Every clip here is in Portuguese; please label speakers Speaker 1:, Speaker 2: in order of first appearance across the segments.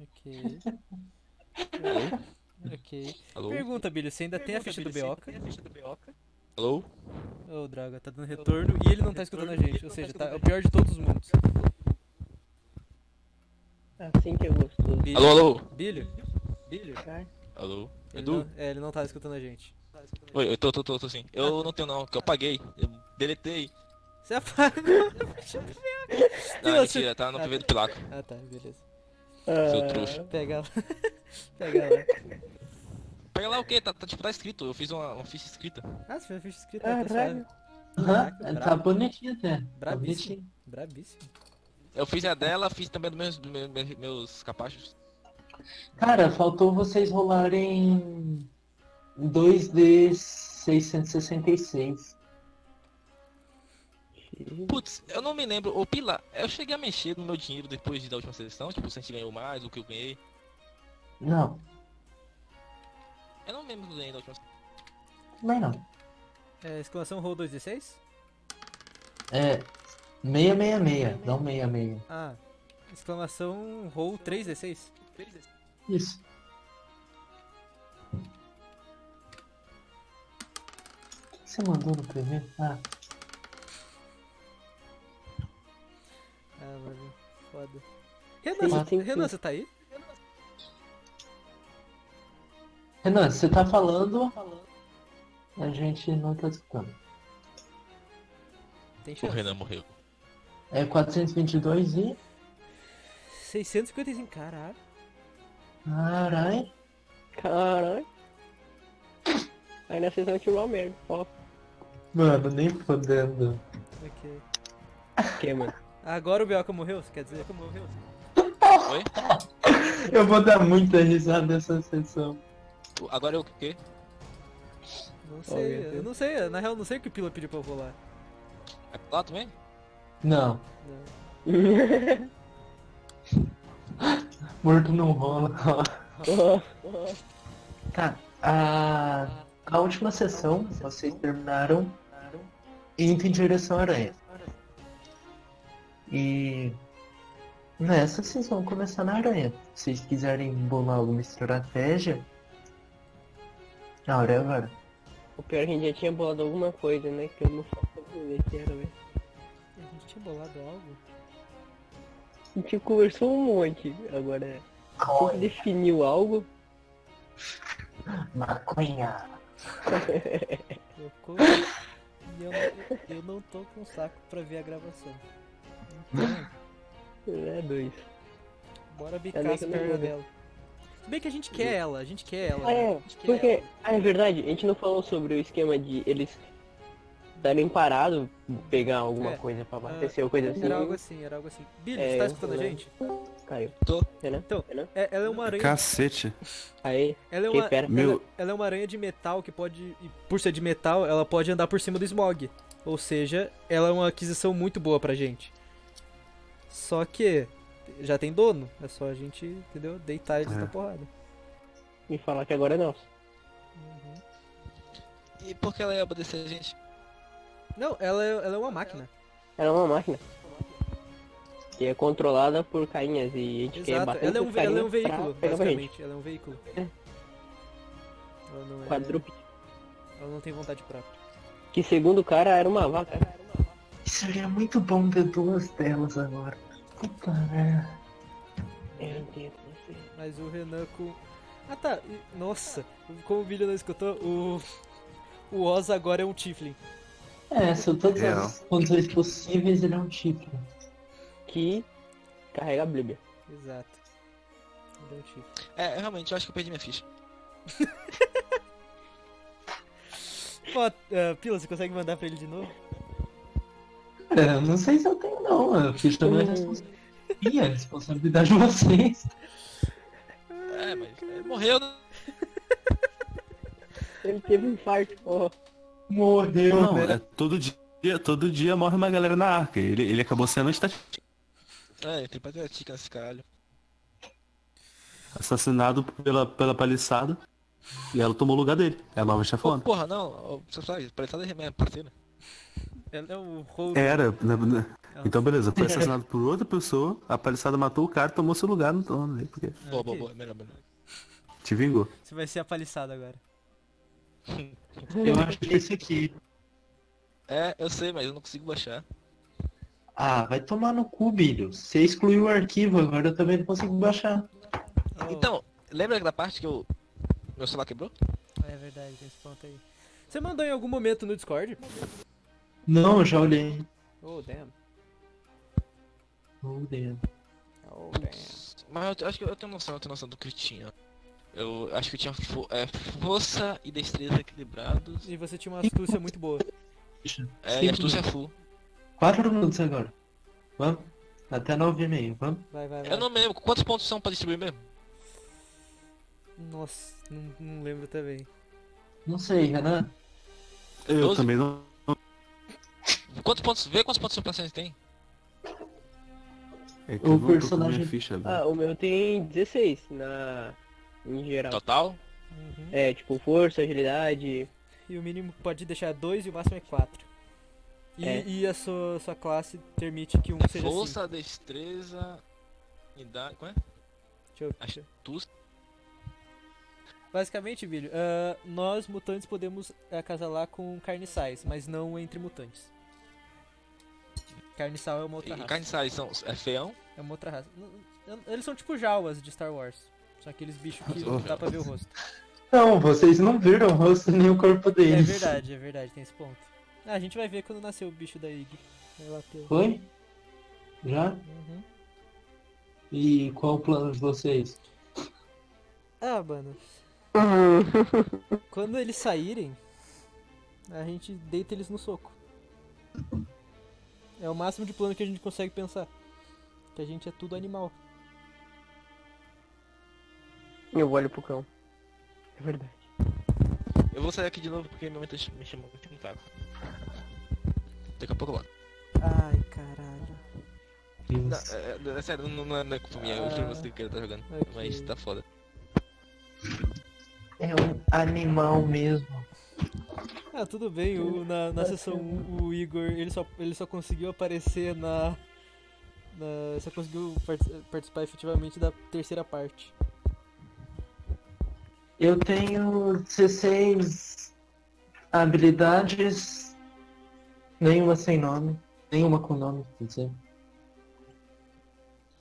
Speaker 1: Ok. ok.
Speaker 2: Alô?
Speaker 1: Pergunta, Billy, você ainda tem a ficha do Beoca?
Speaker 2: Alô?
Speaker 1: Ô, Draga, tá dando retorno e ele não tá escutando a gente. Ou seja, tá é o pior de todos os mundos.
Speaker 3: Assim que é gostoso.
Speaker 1: Billy.
Speaker 2: Alô, alô?
Speaker 1: Billy?
Speaker 3: cara.
Speaker 2: Alô?
Speaker 1: Ele
Speaker 2: Edu?
Speaker 1: não, é, ele não tá escutando a gente.
Speaker 2: Oi, eu tô, tô, tô, tô sim. Eu não tenho não, que eu apaguei. Eu deletei.
Speaker 1: Você apagou a ficha do Beoca. E
Speaker 2: Não,
Speaker 1: você-
Speaker 2: mentira, tá no PV do Pilaco.
Speaker 1: Ah, tá, beleza.
Speaker 4: É.
Speaker 2: Seu
Speaker 3: Ah,
Speaker 2: trouxa.
Speaker 1: Pega lá. Pega lá.
Speaker 2: Pega lá o quê? Tá, tá, tipo, tá escrito. Eu fiz uma, uma ficha escrita.
Speaker 1: Ah, você fez a ficha escrita,
Speaker 4: É,
Speaker 1: tá
Speaker 3: Caralho.
Speaker 1: suave.
Speaker 4: Aham, tá bonitinho até. Tá
Speaker 1: Brabíssimo.
Speaker 4: bonitinho.
Speaker 1: Brabíssimo.
Speaker 2: Eu fiz a dela, fiz também dos meus, dos meus, meus- meus capachos.
Speaker 4: Cara, faltou vocês rolarem 2D666.
Speaker 2: Putz, eu não me lembro. Ô, Pila, eu cheguei a mexer no meu dinheiro depois de- da última seleção. Tipo, se a gente ganhou mais, o que eu ganhei.
Speaker 4: Não,
Speaker 2: Eu não lembro do que eu ganhei da última seleção.
Speaker 4: também não.
Speaker 1: É, exclamação roll 216?
Speaker 4: É 666, não 66.
Speaker 1: Ah, exclamação roll 316?
Speaker 4: Isso. Você mandou no PV? Ah,
Speaker 1: Ah, mano, foda. Renan, você-
Speaker 3: Sim, sim,
Speaker 1: Renan,
Speaker 3: sim.
Speaker 1: você tá aí?
Speaker 4: Renan, você tá falando. A gente não tá escutando.
Speaker 1: Tem
Speaker 2: O
Speaker 1: chance.
Speaker 2: Renan morreu.
Speaker 4: É 422 e.
Speaker 1: 655, caralho.
Speaker 4: Caralho.
Speaker 3: Caralho. Ainda vocês vão tirar o merda. Ó,
Speaker 4: Mano, nem fodendo.
Speaker 1: Ok.
Speaker 3: que, mano?
Speaker 1: Agora o Bioca morreu, você quer dizer? morreu.
Speaker 2: Oi?
Speaker 4: Eu vou dar muita risada nessa sessão.
Speaker 2: Tu- Agora eu o quê?
Speaker 1: Não
Speaker 3: Oh, meu
Speaker 1: sei, eu
Speaker 3: Deus.
Speaker 1: não sei, eu- na real eu não sei o que o Pila pediu pra eu rolar.
Speaker 2: É lá também?
Speaker 4: Não,
Speaker 1: Não.
Speaker 4: morto não rola.
Speaker 3: Ó, ó.
Speaker 4: tá, a, a última sessão vocês terminaram indo em direção à aranha. E nessa vocês vão começar na aranha. Se vocês quiserem bolar alguma estratégia, a hora é agora.
Speaker 3: O pior é que a gente já tinha bolado alguma coisa, né? Que eu não faço ver se era, velho.
Speaker 1: A gente tinha bolado algo?
Speaker 3: A gente conversou um monte. Agora, quem definiu algo?
Speaker 4: maconha.
Speaker 1: Eu co- e eu, não- eu não tô com saco pra ver a gravação. Então,
Speaker 3: É dois.
Speaker 1: bora
Speaker 3: Eu
Speaker 1: bicar
Speaker 3: nem-
Speaker 1: as
Speaker 3: eu nem vou
Speaker 1: pernas
Speaker 3: ver.
Speaker 1: dela. Se bem que a gente quer ela, a gente quer ela.
Speaker 3: Ah,
Speaker 1: né?
Speaker 3: é,
Speaker 1: A gente quer
Speaker 3: Porque,
Speaker 1: ela.
Speaker 3: ah, é verdade, a gente não falou sobre o esquema de eles darem parado, pegar alguma
Speaker 1: É,
Speaker 3: coisa pra
Speaker 1: ah,
Speaker 3: abastecer ou coisa assim.
Speaker 1: Era algo assim, era algo assim. Billy,
Speaker 3: É,
Speaker 1: você tá
Speaker 3: eu
Speaker 1: escutando a
Speaker 3: lembro.
Speaker 1: gente?
Speaker 3: Caiu.
Speaker 2: Tô.
Speaker 3: Renan?
Speaker 1: Então,
Speaker 3: Renan?
Speaker 1: É, ela é uma aranha.
Speaker 5: Cacete.
Speaker 3: Aí,
Speaker 1: Ela é
Speaker 3: Quem
Speaker 1: uma,
Speaker 3: pera?
Speaker 1: ela-
Speaker 5: Meu-
Speaker 1: ela é uma aranha de metal que pode. E por ser de metal, ela pode andar por cima do smog. Ou seja, ela é uma aquisição muito boa pra gente. Só que já tem dono. É só a gente, entendeu? Deitar eles
Speaker 5: É.
Speaker 1: na porrada.
Speaker 3: me falar que agora é nosso.
Speaker 2: E por que ela ia obedecer a gente?
Speaker 1: Não, ela é, ela é uma máquina.
Speaker 3: Ela é uma máquina. Que é controlada por carinhas e a gente quer
Speaker 1: Exato.
Speaker 3: bater
Speaker 1: Ela é, um,
Speaker 3: nos
Speaker 1: ve- ela é um
Speaker 3: carinhas pra
Speaker 1: veículo,
Speaker 3: pegar pra gente.
Speaker 1: basicamente. Ela é um veículo. Ela não, é,
Speaker 3: Quadrúpede.
Speaker 1: ela não tem vontade própria.
Speaker 3: Que segundo o cara era uma vaca.
Speaker 4: Seria muito bom ver duas delas agora. Puta merda.
Speaker 3: Eu entendo você.
Speaker 1: Mas o Renan com. Ah tá, e- nossa, como o Billy não escutou, o. O Oz agora é um Tiflin.
Speaker 4: É, são todas
Speaker 5: É,
Speaker 4: as condições possíveis, ele é um título.
Speaker 3: Que carrega a Bíblia.
Speaker 1: Exato. Me deu um chifre.
Speaker 2: É, eu realmente, eu acho que eu perdi minha ficha.
Speaker 1: Pô, ah, Pila, você consegue mandar pra ele de novo?
Speaker 4: Cara, É, eu não sei se eu tenho não, a ficha não é responsa- minha, é responsabilidade de vocês.
Speaker 2: É, mas é, morreu, né?
Speaker 3: Ele teve um infarto, porra.
Speaker 4: Morreu,
Speaker 5: Não,
Speaker 4: né?
Speaker 5: é todo dia, todo dia morre uma galera na arca. Ele, ele acabou sendo estatístico,
Speaker 2: É, tem patrística nesse caralho.
Speaker 5: assassinado pela, pela paliçada. E ela tomou o lugar dele. É a nova
Speaker 2: Pô,
Speaker 5: chefona.
Speaker 2: porra, não, ó, só sabe, pareçada é minha parceira.
Speaker 1: Ela é um hold.
Speaker 5: Era. né, né? Então beleza, foi assassinado por outra pessoa, a palhaçada matou o cara, tomou seu lugar no trono ali, porque
Speaker 2: Boa, boa, boa. Melhor, melhor.
Speaker 5: te vingou.
Speaker 1: Você vai ser a paliçada agora.
Speaker 4: Eu acho que esse aqui.
Speaker 2: É, eu sei, mas eu não consigo baixar.
Speaker 4: Ah, vai tomar no cu, Bilho. Você excluiu o arquivo, agora eu também não consigo baixar.
Speaker 1: Oh,
Speaker 2: Então, lembra aquela parte que eu. Meu celular quebrou?
Speaker 1: É verdade, tem esse ponto aí. Você mandou em algum momento no Discord?
Speaker 4: Não, eu já olhei.
Speaker 1: Oh, damn.
Speaker 4: Oh, Deus.
Speaker 1: Oh,
Speaker 2: Tá
Speaker 1: damn.
Speaker 2: Mas eu acho que eu tenho noção, eu tenho noção do que eu tinha. Eu acho que eu tinha fo- é, força e destreza equilibrados.
Speaker 1: E você tinha uma astúcia muito boa.
Speaker 2: É, e
Speaker 4: Cinco
Speaker 2: astúcia full.
Speaker 4: Quatro minutos agora. Vamos? Até nove e meio, vamos?
Speaker 1: Vai, vai, vai.
Speaker 2: Eu não me lembro, quantos pontos são pra distribuir mesmo?
Speaker 1: Nossa, não, não lembro também.
Speaker 4: Não sei, Renan.
Speaker 5: Eu
Speaker 2: Doze.
Speaker 5: também não.
Speaker 2: Quantos pontos, vê quantos pontos seu personagem tem.
Speaker 5: É que
Speaker 4: O
Speaker 5: eu não tô com a
Speaker 4: personagem-
Speaker 5: minha ficha, velho.
Speaker 3: Ah, o meu tem 16 na. Em
Speaker 1: É.
Speaker 3: geral.
Speaker 2: Total?
Speaker 1: Uhum.
Speaker 3: É, tipo, força, agilidade.
Speaker 1: E o mínimo pode deixar dois e o máximo é quatro. E,
Speaker 3: É.
Speaker 1: e a sua, sua classe permite que um seja
Speaker 2: Força, destreza. Idade. Qual é?
Speaker 1: cinco. Deixa
Speaker 2: Acho-
Speaker 1: eu...
Speaker 2: Tu.
Speaker 1: Basicamente, Bilho, ah, nós mutantes podemos acasalar com carniçais, mas não entre mutantes. Carniçal é uma outra
Speaker 2: E
Speaker 1: raça.
Speaker 2: carniçais são. É feião?
Speaker 1: É uma outra raça. N- n- Eles são tipo jaulas de Star Wars. São aqueles bichos que não dá pra ver o rosto.
Speaker 4: Não, vocês não viram o rosto nem o corpo
Speaker 1: É
Speaker 4: deles.
Speaker 1: verdade, é verdade, tem esse ponto. Ah, a gente vai ver quando nasceu o bicho da Ig. Vai lá pelo-
Speaker 4: Foi? Já?
Speaker 1: Uhum.
Speaker 4: E qual o plano de vocês?
Speaker 1: Ah, mano. Quando eles saírem, a gente deita eles no soco. É o máximo de plano que a gente consegue pensar. Que a gente é tudo animal.
Speaker 3: Eu olho pro cão. É verdade.
Speaker 2: Eu vou sair aqui de novo porque minha mãe tá ch- me chamando muito no taco. Daqui a pouco eu volto.
Speaker 1: Ai, caralho.
Speaker 4: Deus.
Speaker 2: Não, é, é, é sério, não, não é- não é culpa minha, eu juro pra você que ele tá jogando.
Speaker 1: Ah, ok.
Speaker 2: Mas tá foda.
Speaker 4: É um animal mesmo.
Speaker 1: Ah, tudo bem, o- na, na sessão 1, o Igor, ele só, ele só conseguiu aparecer na, na- Só conseguiu parti- participar efetivamente da terceira parte.
Speaker 4: Eu tenho 16 habilidades, nenhuma sem nome, nenhuma com nome, quer dizer.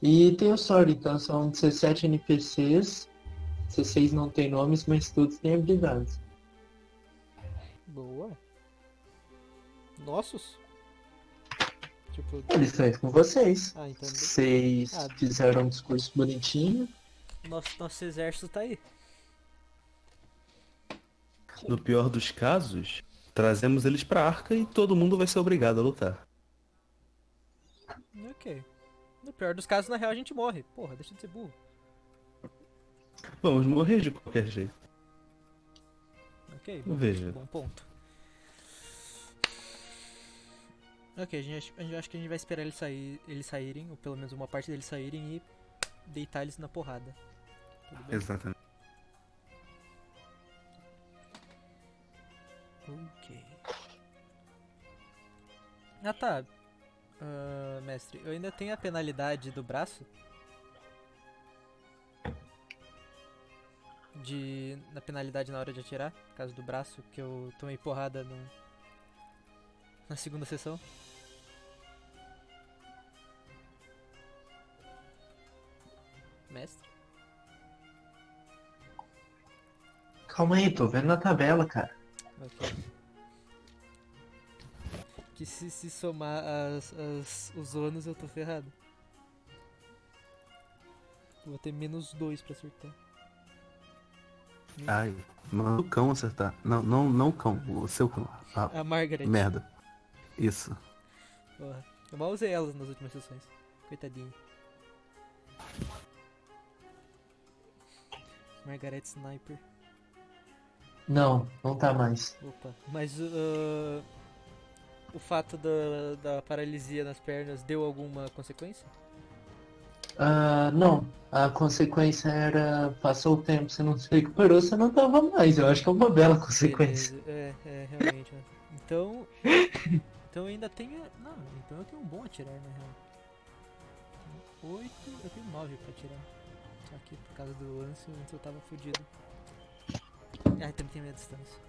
Speaker 4: E tenho sorte, então são 17 NPCs, 16 não tem nomes, mas todos têm habilidades.
Speaker 1: Boa. Nossos? Tipo.
Speaker 4: É, Eles estão aí com vocês.
Speaker 1: Ah, então.
Speaker 4: Vocês
Speaker 1: Ah.
Speaker 4: fizeram um discurso bonitinho.
Speaker 1: Nosso, nosso exército tá aí.
Speaker 5: No pior dos casos, trazemos eles pra arca e todo mundo vai ser obrigado a lutar.
Speaker 1: Ok. No pior dos casos, na real, a gente morre. Porra, deixa de ser burro.
Speaker 5: Vamos morrer de qualquer jeito.
Speaker 1: Ok.
Speaker 5: Veja.
Speaker 1: Bom ponto. Ok, a gente, a gente acho que a gente vai esperar eles, sair, eles saírem, ou pelo menos uma parte deles saírem e deitar eles na porrada. Tudo bem?
Speaker 5: Exatamente.
Speaker 1: Ok. Ah tá. Ah, mestre, eu ainda tenho a penalidade do braço? De. Na penalidade na hora de atirar, por causa do braço, que eu tomei porrada no. Na segunda sessão. Mestre?
Speaker 4: Calma aí, tô vendo na tabela, cara.
Speaker 1: Ok. Que se, se somar as, as- os ônus eu tô ferrado. Eu Vou ter menos dois pra acertar.
Speaker 5: Ai, manda o cão acertar. Não, não, não o cão, o seu cão. Ah,
Speaker 1: A Margaret.
Speaker 5: merda. Isso.
Speaker 1: Porra. Eu mal usei elas nas últimas sessões. Coitadinho. Margaret Sniper.
Speaker 4: Não, não tá mais.
Speaker 1: Opa. Mas ah, o fato da, da paralisia nas pernas deu alguma consequência?
Speaker 4: Ah, não. A consequência era. Passou o tempo, você não se recuperou, você não tava mais. Eu acho que é uma bela consequência.
Speaker 1: Beleza, É, é, realmente. né? Então. Então eu ainda tenho. Não, então eu tenho um bom a tirar na real. Tenho oito, eu tenho nove pra tirar. Só que por causa do lance, antes eu tava fudido. Ah, também tem minha distância.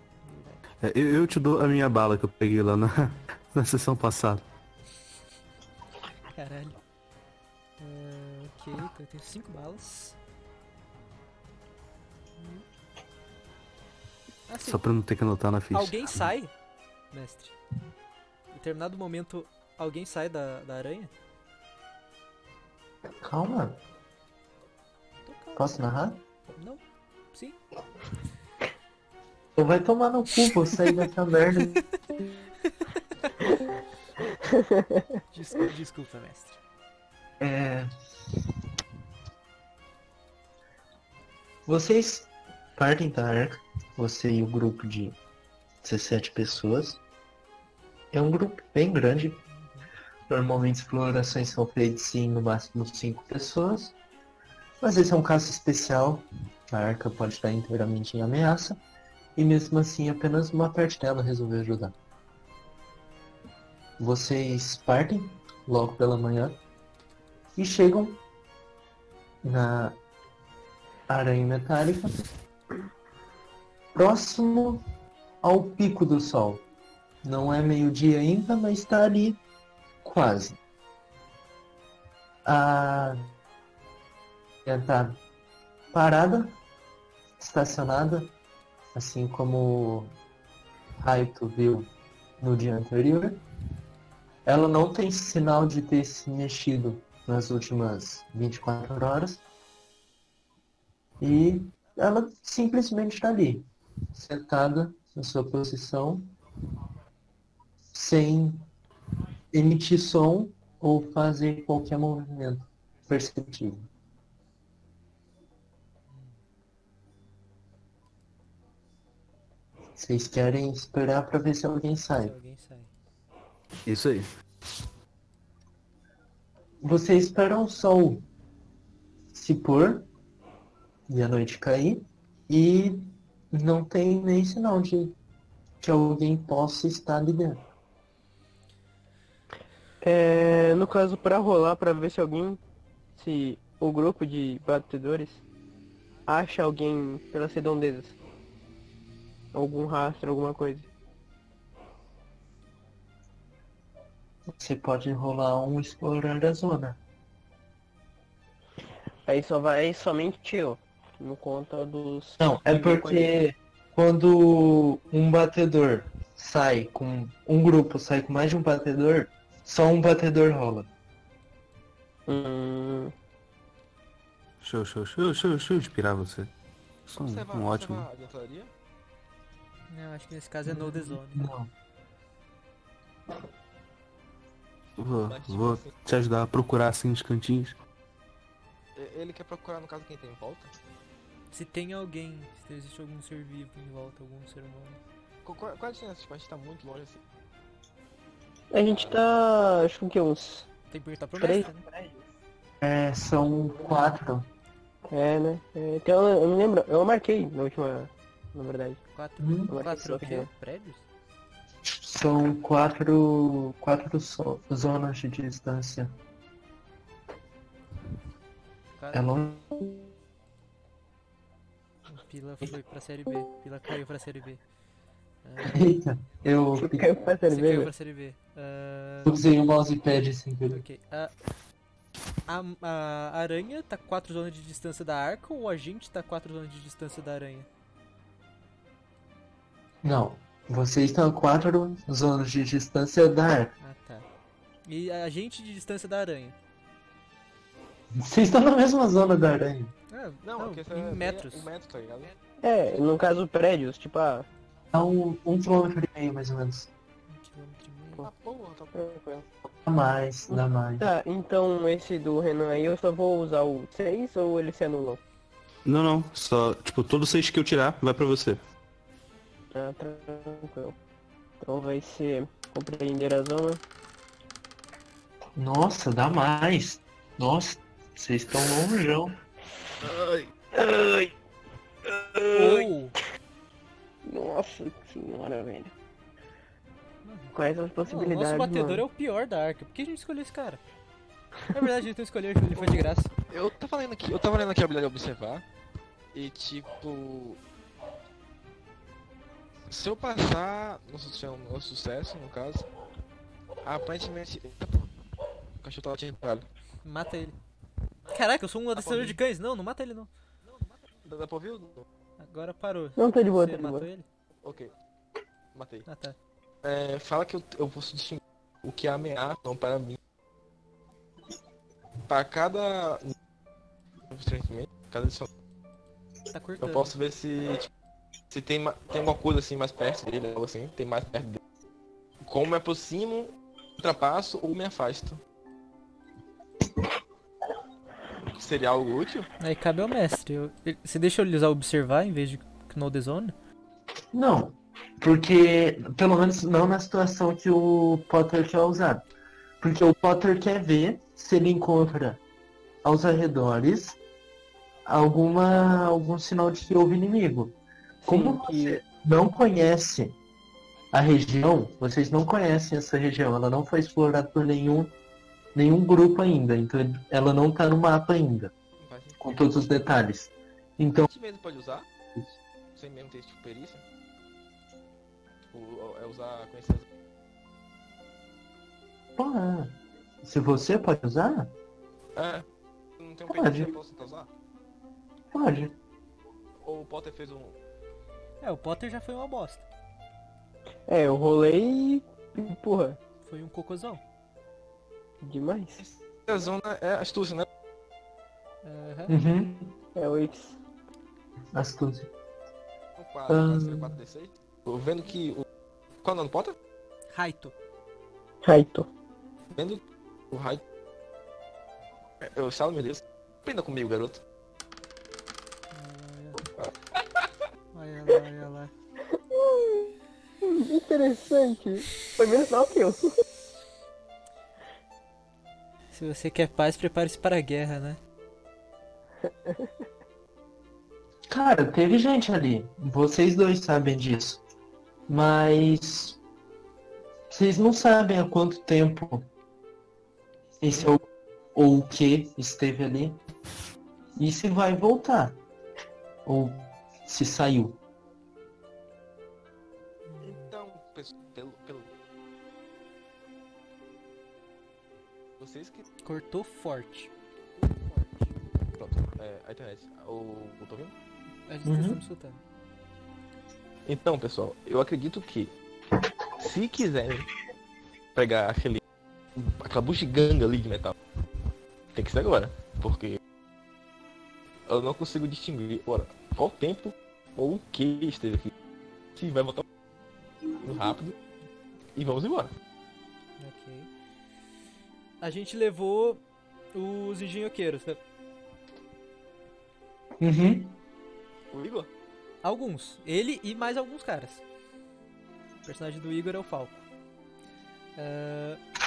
Speaker 1: Verdade.
Speaker 5: É, eu, eu te dou a minha bala que eu peguei lá na, na sessão passada.
Speaker 1: Caralho. Ah, ok, então eu tenho cinco balas. Hum. Assim,
Speaker 5: Só pra não ter que anotar na ficha.
Speaker 1: Alguém sai, mestre. Em determinado momento, alguém sai da, da aranha?
Speaker 4: Calma,
Speaker 1: Então, calma.
Speaker 4: posso narrar?
Speaker 1: Não? Sim?
Speaker 4: Ou Então vai tomar no cu, vou sair dessa merda.
Speaker 1: Desculpa, desculpa mestre.
Speaker 4: É... Vocês partem da arca, você e o grupo de 17 pessoas. É um grupo bem grande. Normalmente explorações são feitas em no máximo 5 pessoas. Mas esse é um caso especial. A arca pode estar inteiramente em ameaça. E mesmo assim apenas uma parte dela resolveu ajudar. Vocês partem logo pela manhã e chegam na aranha metálica próximo ao pico do sol. Não é meio-dia ainda, mas está ali quase. A está parada, estacionada, assim como Raito viu no dia anterior. Ela não tem sinal de ter se mexido nas últimas 24 horas. E ela simplesmente está ali, sentada na sua posição, sem emitir som ou fazer qualquer movimento perceptível. Vocês querem esperar para ver se alguém
Speaker 1: Se
Speaker 4: sai.
Speaker 1: alguém sai.
Speaker 5: Isso aí.
Speaker 4: Você espera o sol se pôr e a noite cair e não tem nem sinal de que alguém possa estar ali dentro.
Speaker 3: É, no caso, pra rolar, pra ver se alguém, se o grupo de batedores acha alguém pelas redondezas. Algum rastro, alguma coisa.
Speaker 4: Você pode rolar um explorar a zona.
Speaker 3: Aí só vai somente eu. Não conta dos.
Speaker 4: Não, é porque quando um batedor sai com. Um grupo sai com mais de um batedor, só um batedor rola.
Speaker 3: Hum,
Speaker 5: Show, show, show, show, show de pirar você. Sou um,
Speaker 2: Observar-
Speaker 5: um ótimo.
Speaker 2: observar a diretoria.
Speaker 1: Não, acho que nesse caso é no the zone.
Speaker 4: Não.
Speaker 5: Vou,
Speaker 2: Mas, tipo
Speaker 5: vou
Speaker 2: assim,
Speaker 5: te ajudar a procurar assim os cantinhos.
Speaker 2: e- ele quer procurar, no caso, quem tem em volta.
Speaker 1: Se tem alguém, se existe algum ser vivo em volta, algum ser humano.
Speaker 2: Qu- Qual, qual é a diferença? Tipo, a gente tá muito longe assim.
Speaker 3: a gente tá. Acho que o quê? uns.
Speaker 1: Tem que perguntar pro
Speaker 3: Peraí.
Speaker 1: mestre, né?
Speaker 4: É, são quatro.
Speaker 3: É, né? É, então eu eu me lembro, eu marquei na última. Na verdade.
Speaker 1: Quatro,
Speaker 4: Hum,
Speaker 1: quatro o
Speaker 3: acho que
Speaker 1: quê?
Speaker 3: sim.
Speaker 1: Prédios?
Speaker 4: São quatro, quatro so- zonas de distância. É
Speaker 1: Cara,
Speaker 4: longe.
Speaker 1: Pila foi pra série B. Pila caiu pra série B. Ah,
Speaker 4: Eita, eu
Speaker 3: Caiu pra
Speaker 1: você caiu
Speaker 3: cerveja.
Speaker 1: pra série B. né? Ah,
Speaker 4: usei o mousepad sem querer.
Speaker 1: ok. Ah, a, a aranha tá 4 zonas de distância da arca ou a gente tá 4 zonas de distância da aranha?
Speaker 4: Não, vocês estão a quatro zonas de distância da arca.
Speaker 1: Ah tá. E a gente de distância da aranha?
Speaker 4: Vocês estão na mesma zona da aranha.
Speaker 1: Ah,
Speaker 2: Não,
Speaker 1: não,
Speaker 2: porque essa
Speaker 1: em
Speaker 2: é
Speaker 1: metros.
Speaker 2: Um metro, tá ligado?
Speaker 3: É, no caso prédios, tipo, ah,
Speaker 4: Dá um, um quilômetro e meio, mais ou menos.
Speaker 1: Um quilômetro e meio.
Speaker 2: Ah, porra, tá
Speaker 3: tranquilo.
Speaker 4: Dá mais, dá mais.
Speaker 3: Tá, então esse do Renan aí eu só vou usar o 6 ou ele se anulou?
Speaker 5: Não, não. Só, tipo, todos os seis que eu tirar vai pra você.
Speaker 3: Ah, tranquilo. Então vai ser compreender a zona.
Speaker 4: Nossa, dá mais. Nossa, vocês estão longeão.
Speaker 1: Ou.
Speaker 3: Nossa senhora, velho.
Speaker 1: Mano,
Speaker 3: Quais as
Speaker 1: Não, o nosso
Speaker 3: possibilidades,
Speaker 1: batedor é
Speaker 3: mano?
Speaker 1: o pior da arca. Por que a gente escolheu esse cara? Na verdade, a gente não escolheu, ele foi de graça.
Speaker 2: Eu tava lendo aqui, eu tava lendo aqui a habilidade de observar. E tipo. Se eu passar no, su- no sucesso, no caso, aparentemente. Eita, pô, O cachorro tava tinha entrado.
Speaker 1: Mata ele. Caraca, eu sou um adestrador
Speaker 2: Tá bom.
Speaker 1: de cães. Não, não mata ele não.
Speaker 2: Dá dá pra ouvir? ou não?
Speaker 1: Agora parou.
Speaker 3: Não, tô de boa, tô
Speaker 1: Você é
Speaker 3: de
Speaker 1: matou
Speaker 3: boa.
Speaker 1: ele?
Speaker 2: Ok. Matei.
Speaker 1: Ah, tá.
Speaker 2: É, fala que eu, eu posso distinguir o que é ameaça não para mim. Para cada. Constrangeimento, cada edição,
Speaker 1: Tá cortando.
Speaker 2: eu posso ver se. tipo, se tem, ma- tem alguma coisa assim mais perto dele, algo assim, tem mais perto dele. Como me aproximo, ultrapasso ou me afasto. Seria algo útil?
Speaker 1: Aí cabe ao mestre. Eu- ele- Você deixa ele usar observar em vez de know the zone?
Speaker 4: Não, porque pelo menos não na situação que o Potter quer usar. Porque o Potter quer ver se ele encontra aos arredores alguma algum sinal de que houve inimigo. Como assim? você não conhece a região, vocês não conhecem essa região, ela não foi explorada por nenhum nenhum grupo ainda, então ela não tá no mapa ainda,
Speaker 2: Não faz sentido.
Speaker 4: com todos os detalhes. Então,
Speaker 2: gente mesmo pode usar? Sem mesmo ter tipo perícia? Tipo, é usar conhecer as
Speaker 4: porra, se você pode usar,
Speaker 2: É. Não tem um
Speaker 4: Pode.
Speaker 2: perícia que eu posso tentar usar?
Speaker 4: pode.
Speaker 2: Ou o Potter fez um.
Speaker 1: É, o Potter já foi uma bosta.
Speaker 3: É, eu rolei e... e, Porra,
Speaker 1: Foi um cocôzão.
Speaker 3: demais.
Speaker 2: A zona é astúcia, né?
Speaker 1: Aham.
Speaker 4: Uhum.
Speaker 3: É o X.
Speaker 4: Astúcia.
Speaker 2: Um 4,
Speaker 4: Ah.
Speaker 2: 4 D6. Tô vendo que. O... Qual é o nome do Potter?
Speaker 1: Raito.
Speaker 3: Raito.
Speaker 2: Vendo o raio. É, Eu salo, meu Deus. Aprenda comigo, garoto.
Speaker 1: Olha lá, olha lá.
Speaker 3: Interessante. Foi menos mal que eu.
Speaker 1: Se você quer paz, prepare-se para a guerra, né?
Speaker 4: Cara, teve gente ali. Vocês dois sabem disso. Mas. Vocês não sabem há quanto tempo esse ou, ou o que esteve ali. E se vai voltar. Ou se saiu.
Speaker 2: Então, pessoal, pelo. pelo... Vocês que.
Speaker 1: Cortou forte.
Speaker 2: Pronto, é, a internet. O. Eu tô vendo?
Speaker 1: A gente
Speaker 4: Uhum.
Speaker 1: tá me escutando.
Speaker 2: Então, pessoal, eu acredito que se quiserem pegar aquele aquela bugiganga ali de metal, tem que ser agora, porque eu não consigo distinguir ora, qual tempo ou o que esteve aqui. Se vai voltar rápido e vamos embora.
Speaker 1: Ok. A gente levou os engenhoqueiros, né?
Speaker 4: Uhum.
Speaker 2: O Igor?
Speaker 1: Alguns. Ele e mais alguns caras. O personagem do Igor é o Falco. Ah,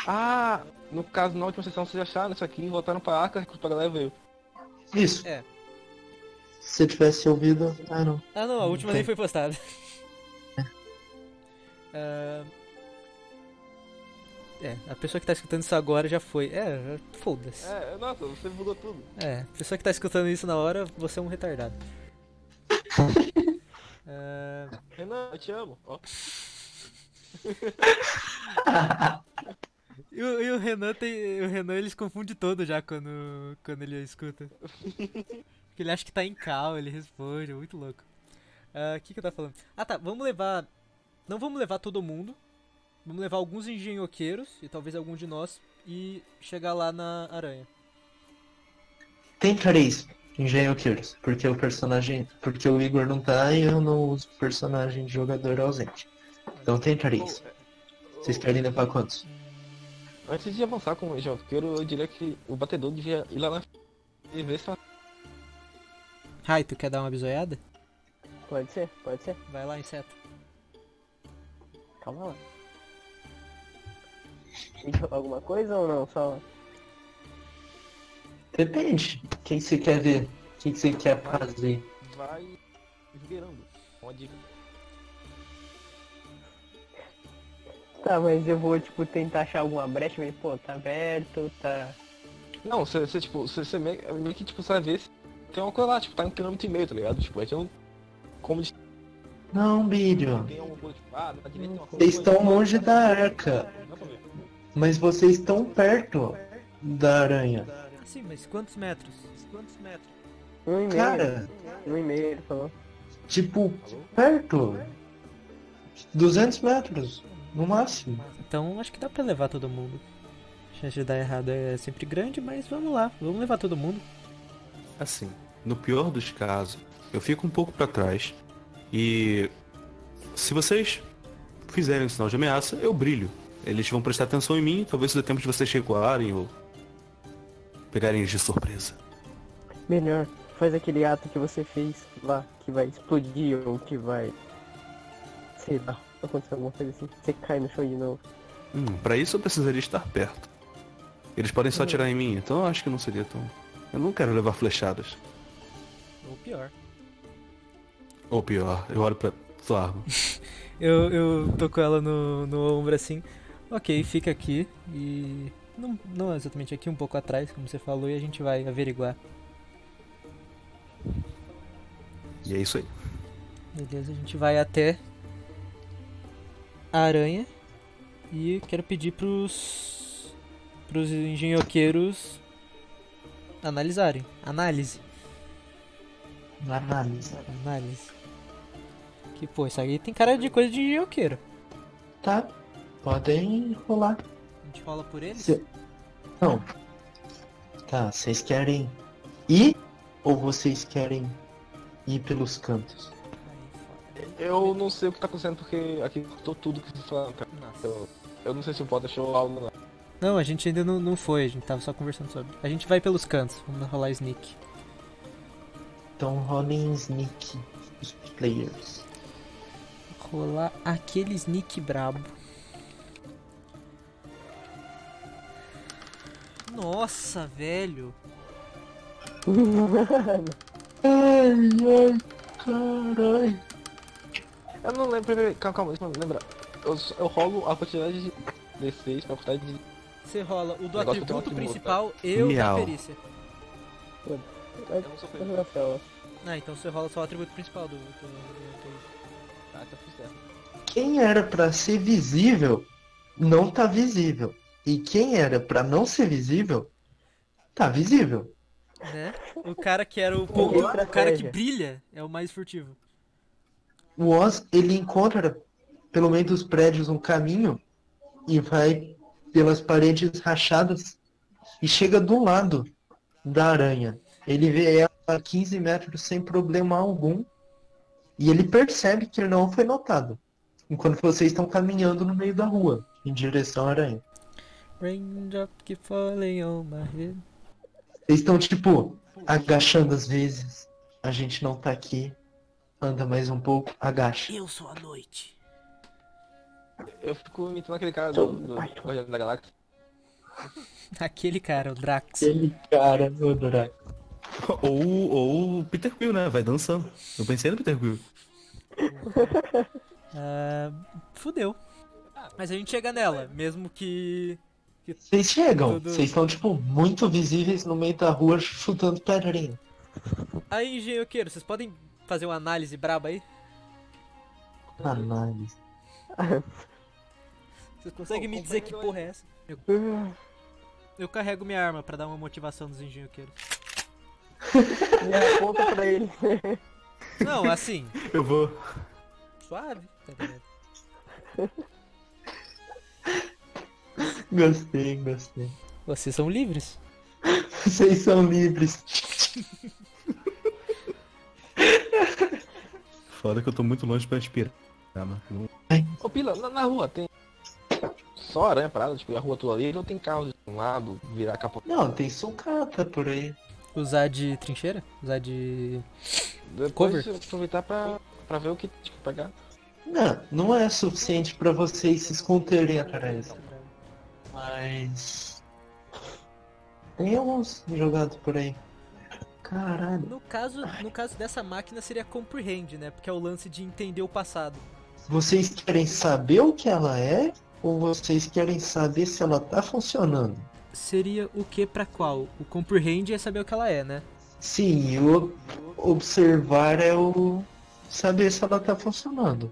Speaker 2: Ah, no caso, na última sessão vocês acharam isso aqui, voltaram pra arca, recurso pra galera veio.
Speaker 4: Isso.
Speaker 1: É.
Speaker 4: Se eu tivesse ouvido. Ah, não.
Speaker 1: Ah não, a última
Speaker 4: Tem.
Speaker 1: nem foi postada. Ah, É, a pessoa que tá escutando isso agora já foi. É, foda-se.
Speaker 2: É, nossa, você mudou tudo.
Speaker 1: É, a pessoa que tá escutando isso na hora, você é um retardado. Ah,
Speaker 2: Renan, eu te amo. Ó,
Speaker 1: e, o, e o Renan tem. O Renan ele se confunde todo já quando, quando ele escuta. Porque ele acha que tá em cal, ele responde, é muito louco. Ah, O que, que eu tava falando? Ah tá, vamos levar. Não vamos levar todo mundo. Vamos levar alguns engenhoqueiros e talvez algum de nós e chegar lá na aranha.
Speaker 4: Tem três engenhoqueiros. Porque o personagem. Porque o Igor não tá e eu não uso personagem de jogador ausente. Então tem três.
Speaker 2: oh,
Speaker 4: Vocês
Speaker 2: oh.
Speaker 4: querem levar quantos?
Speaker 2: Antes de avançar com o Jonqueiro, eu diria que o batedor devia ir lá na frente e ver se ela
Speaker 1: Ai, tu quer dar uma bizoiada?
Speaker 3: Pode ser, pode ser.
Speaker 1: Vai lá, inseto.
Speaker 3: Calma lá. Tem que rolar alguma coisa ou não? Só.
Speaker 4: Depende. O que que você quer ver? O que que você quer fazer?
Speaker 2: vai esgueirando. Uma dica.
Speaker 3: Tá, mas eu vou, tipo, tentar achar alguma brecha, mas, pô, tá aberto, tá...
Speaker 2: Não, você, você, tipo, você, você meio, meio que, tipo, você vai ver se tem uma coisa lá, tipo, tá em um quilômetro e meio, tá ligado? Tipo, aí tem um... Como de...
Speaker 4: Não, Bilho.
Speaker 2: Tem alguma coisa, tipo, ah, na direita tem uma coisa...
Speaker 4: Vocês estão longe da arca,
Speaker 2: Dá pra ver.
Speaker 4: mas vocês estão perto da aranha.
Speaker 1: Ah, sim, mas quantos metros? Quantos metros?
Speaker 3: Um e meio.
Speaker 4: Cara,
Speaker 3: Um e meio, ele falou.
Speaker 4: tipo, perto. 200 metros, no máximo.
Speaker 1: Então acho que dá pra levar todo mundo. A chance de dar errado é sempre grande, mas vamos lá, vamos levar todo mundo.
Speaker 5: Assim, no pior dos casos, eu fico um pouco pra trás e se vocês fizerem um sinal de ameaça, eu brilho. Eles vão prestar atenção em mim, talvez dê tempo de vocês recuarem ou pegarem eles de surpresa.
Speaker 3: Melhor, faz aquele ato que você fez lá, que vai explodir ou que vai... Sei lá, acontecer alguma coisa assim. Você cai no chão de novo.
Speaker 5: Hum, para isso eu precisaria estar perto. Eles podem só atirar em mim, então eu acho que não seria tão. Eu não quero levar flechadas.
Speaker 1: Ou pior.
Speaker 5: Ou pior, eu olho pra sua arma.
Speaker 1: Eu, eu tô com ela no, no ombro assim. Ok, fica aqui e. Não, não exatamente aqui, um pouco atrás, como você falou, e a gente vai averiguar.
Speaker 5: E é isso aí.
Speaker 1: Beleza, a gente vai até a aranha. E quero pedir pros. pros engenhoqueiros analisarem. Análise.
Speaker 4: Analisa.
Speaker 1: Análise. Que pô, isso aí tem cara de coisa de engenhoqueiro.
Speaker 4: Tá, podem rolar.
Speaker 1: A gente rola por eles?
Speaker 4: Cê- Não. Tá, vocês querem ir ou vocês querem ir pelos cantos?
Speaker 2: Eu não sei o que tá acontecendo porque aqui cortou tudo que vocês falaram, cara. Eu, eu não sei se o Potter achou algo lá.
Speaker 1: Não, a gente ainda não, não foi, a gente tava só conversando sobre. A gente vai pelos cantos, vamos rolar sneak.
Speaker 4: Então rolem sneak os players.
Speaker 1: Rolar aquele sneak brabo. Nossa, velho.
Speaker 4: Ai, ai, caralho.
Speaker 2: Eu não lembro, peraí, calma, calma, deixa eu lembrar. Eu, só- eu rolo a quantidade de D6 pra quantidade de...
Speaker 1: Você rola o do
Speaker 2: Negócio tem
Speaker 1: atributo
Speaker 2: ótimo,
Speaker 1: principal e o da
Speaker 5: Miau.
Speaker 1: perícia.
Speaker 2: Eu não sou
Speaker 3: Mas,
Speaker 2: feio.
Speaker 3: Rafael,
Speaker 1: Ah, então você rola só o atributo principal do. do, do-
Speaker 2: Tá, tá tudo certo.
Speaker 4: Quem era pra ser visível não tá visível. E quem era pra não ser visível tá visível.
Speaker 1: né? O cara que era o.
Speaker 3: Que
Speaker 1: o cara que
Speaker 3: estratégia.
Speaker 1: brilha é o mais furtivo.
Speaker 4: O Oz, ele encontra pelo meio dos prédios um caminho e vai pelas paredes rachadas e chega do lado da aranha. Ele vê ela a 15 metros sem problema algum e ele percebe que ele não foi notado. Enquanto vocês estão caminhando no meio da rua, em direção à aranha.
Speaker 1: Raindrop que falling on my head.
Speaker 4: Eles estão, tipo, agachando às vezes. A gente não tá aqui. Anda mais um pouco, agacha.
Speaker 1: Eu sou a noite.
Speaker 2: Eu fico imitando aquele cara do, do Guardião da Galáxia.
Speaker 1: Aquele cara, o Drax.
Speaker 4: Aquele cara, meu Draco.
Speaker 5: Ou, ou o Peter Quill, né? Vai dançando. Eu pensei no Peter Quill.
Speaker 1: Ah, fudeu. Mas a gente chega nela, mesmo que. que
Speaker 4: Vocês chegam,
Speaker 1: Tudo.
Speaker 4: vocês estão, tipo, muito visíveis no meio da rua chutando pedrinha.
Speaker 1: Aí, engenhoqueiro, vocês podem fazer uma análise braba aí?
Speaker 4: Análise.
Speaker 1: Vocês conseguem me dizer que porra é essa? Eu, eu carrego minha arma pra dar uma motivação nos engenhoqueiros.
Speaker 3: E aponta pra ele.
Speaker 1: Não, assim,
Speaker 5: Eu vou.
Speaker 1: suave, tá ligado?
Speaker 4: Gostei, gostei.
Speaker 1: Vocês são livres.
Speaker 4: Vocês são livres.
Speaker 5: Foda que eu tô muito longe pra inspirar. Ah, mas eu não-
Speaker 2: Ô, Pila, na, na rua tem... Só aranha parada, tipo, a rua toda ali, não tem carro de um lado, virar capô.
Speaker 4: Não, tem sucata por aí.
Speaker 1: Usar de trincheira? Usar de.
Speaker 2: Depois
Speaker 1: Cover.
Speaker 2: eu aproveitar pra, pra ver o que, tipo, pegar.
Speaker 4: Não, não é suficiente pra vocês se esconderem atrás. Mas. Tem alguns jogados por aí. Caralho.
Speaker 1: No caso, no caso dessa máquina seria comprehend, né? Porque é o lance de entender o passado.
Speaker 4: Vocês querem saber o que ela é ou vocês querem saber se ela tá funcionando?
Speaker 1: Seria o que pra qual? O comprehend é saber o que ela é, né?
Speaker 4: Sim, o observar é o saber se ela tá funcionando.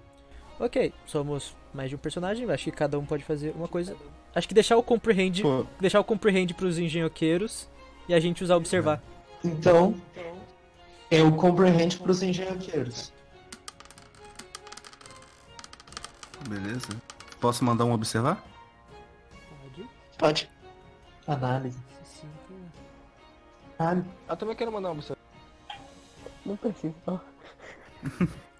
Speaker 1: Ok, somos mais de um personagem, acho que cada um pode fazer uma coisa. Acho que deixar o comprehend, deixar o comprehend pros engenhoqueiros e a gente usar observar.
Speaker 4: Então, é o comprehend para os engenhoqueiros.
Speaker 5: Beleza. Posso mandar um observar?
Speaker 1: Pode.
Speaker 4: Pode. Análise. Ah, Análise.
Speaker 2: Eu Ah, também quero mandar uma observação.
Speaker 3: Não preciso. Oh, ó.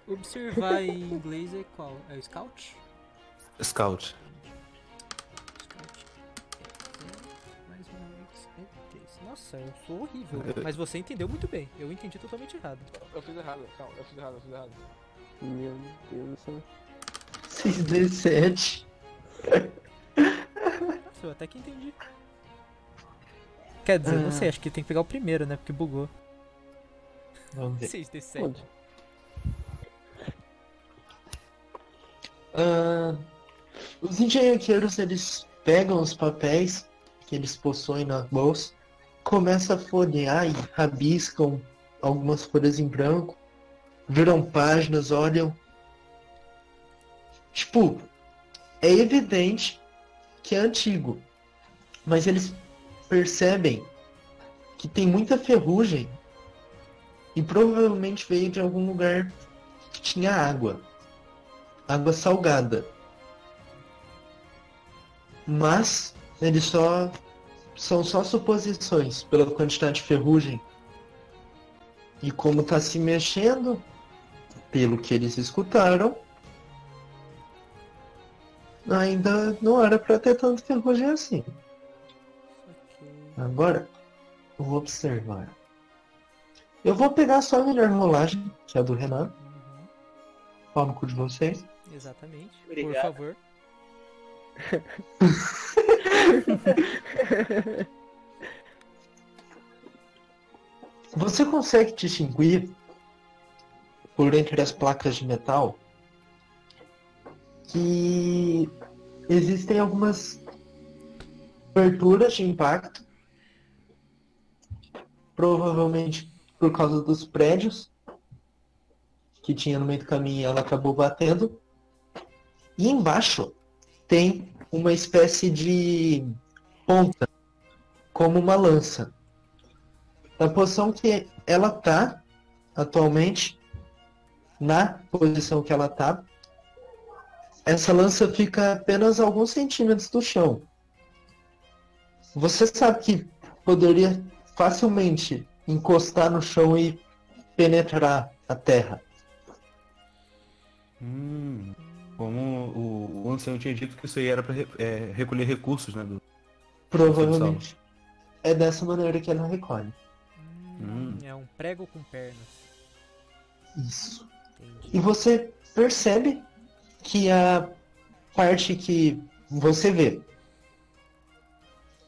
Speaker 1: Observar em inglês é qual? É o scout? Scout.
Speaker 5: Scout.
Speaker 1: Mais um X é três. Nossa, eu sou horrível. Mas você entendeu muito bem. Eu entendi totalmente errado.
Speaker 2: Eu fiz errado, calma, eu fiz errado, eu fiz errado.
Speaker 3: Meu Deus do céu.
Speaker 4: 6D7.
Speaker 1: Nossa, Eu até que entendi. Quer dizer, não sei, acho que tem que pegar o primeiro, né? Porque bugou.
Speaker 4: Vamos ver.
Speaker 1: 6D7.
Speaker 4: Ah, os engenhoqueiros eles pegam os papéis que eles possuem na bolsa, começam a folhear e rabiscam algumas folhas em branco, viram páginas, olham. Tipo, é evidente que é antigo, mas eles percebem que tem muita ferrugem e provavelmente veio de algum lugar que tinha água água salgada. Mas eles só são só suposições pela quantidade de ferrugem e como tá se mexendo, pelo que eles escutaram, ainda não era para ter tanto ferrugem assim. Agora, eu vou observar. Eu vou pegar só a melhor rolagem, que é a do Renan. Pau no cu de vocês.
Speaker 1: Exatamente. Por
Speaker 3: Obrigado.
Speaker 1: favor.
Speaker 4: Você consegue distinguir por entre as placas de metal que existem algumas aberturas de impacto, provavelmente por causa dos prédios que tinha no meio do caminho e ela acabou batendo. E embaixo tem uma espécie de ponta, como uma lança. Na posição que ela tá atualmente, na posição que ela tá, essa lança fica apenas alguns centímetros do chão. Você sabe que poderia facilmente encostar no chão e penetrar a terra.
Speaker 5: Hum. Como o, o ancião tinha dito que isso aí era pra re- é, recolher recursos, né? do-
Speaker 4: Provavelmente. É dessa maneira que ela recolhe.
Speaker 5: Hum.
Speaker 1: É um prego com pernas.
Speaker 4: Isso.
Speaker 1: Entendi.
Speaker 4: E você percebe que a parte que você vê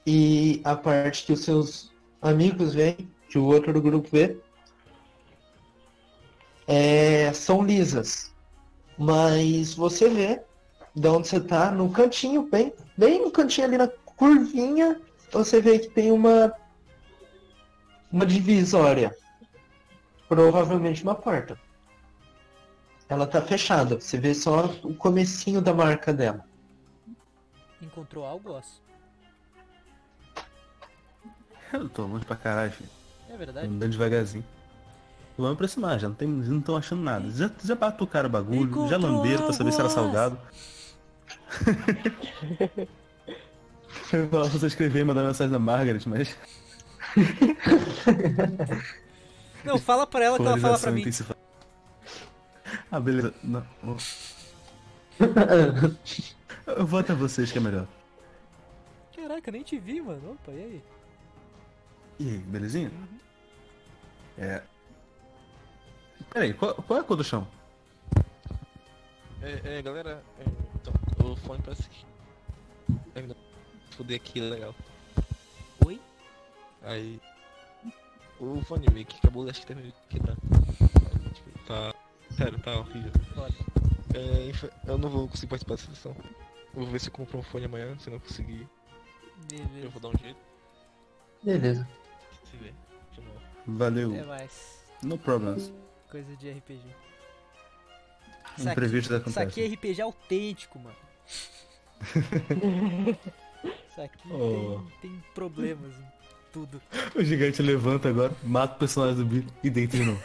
Speaker 4: e a parte que os seus amigos veem, que o outro grupo vê, é, são lisas. Mas você vê de onde você tá, no cantinho, bem, bem no cantinho ali na curvinha, você vê que tem uma, uma divisória. Provavelmente uma porta. Ela tá fechada. Você vê só o comecinho da marca dela.
Speaker 1: Encontrou algo, Oz?
Speaker 5: Eu tô longe pra caralho, filho.
Speaker 1: É verdade?
Speaker 5: Andando devagarzinho. Vamos aproximar, já não tem, não estão achando nada. Já, já batucaram o bagulho, já
Speaker 1: Encontrou
Speaker 5: lamberam pra saber se era
Speaker 1: águas!
Speaker 5: salgado. Eu posso só escrever e mandar mensagem da Margaret, mas.
Speaker 1: Não, fala pra ela que ela fala pra
Speaker 5: polarização
Speaker 1: mim.
Speaker 5: intensificada. Ah, beleza. Não, não. Eu vou até vocês que é melhor.
Speaker 1: Caraca, nem te vi, mano. Opa, e aí?
Speaker 5: E aí, belezinha? É. Peraí, qual, qual é a cor do chão?
Speaker 2: É, é, galera, é, então, o fone parece que. Ainda Fudei aqui, legal.
Speaker 1: Oi?
Speaker 2: Aí. O fone meio que acabou, acho que terminou de quebrar. Tipo, tá. Sério, tá horrível.
Speaker 1: Foda.
Speaker 2: É, infa- eu não vou conseguir participar dessa sessão. Vou ver se eu compro um fone amanhã, se não conseguir, eu
Speaker 1: Beleza.
Speaker 2: vou dar um jeito.
Speaker 4: Beleza.
Speaker 2: Se vê. De novo.
Speaker 5: Valeu.
Speaker 1: Até mais.
Speaker 5: No problems.
Speaker 1: Coisa de RPG. Isso aqui-
Speaker 5: Imprevisto
Speaker 1: Isso aqui é
Speaker 5: acontece.
Speaker 1: RPG autêntico, mano. Isso aqui
Speaker 5: Oh.
Speaker 1: tem, tem problemas em tudo.
Speaker 5: O gigante levanta agora, mata o personagem do Billy e deita de novo.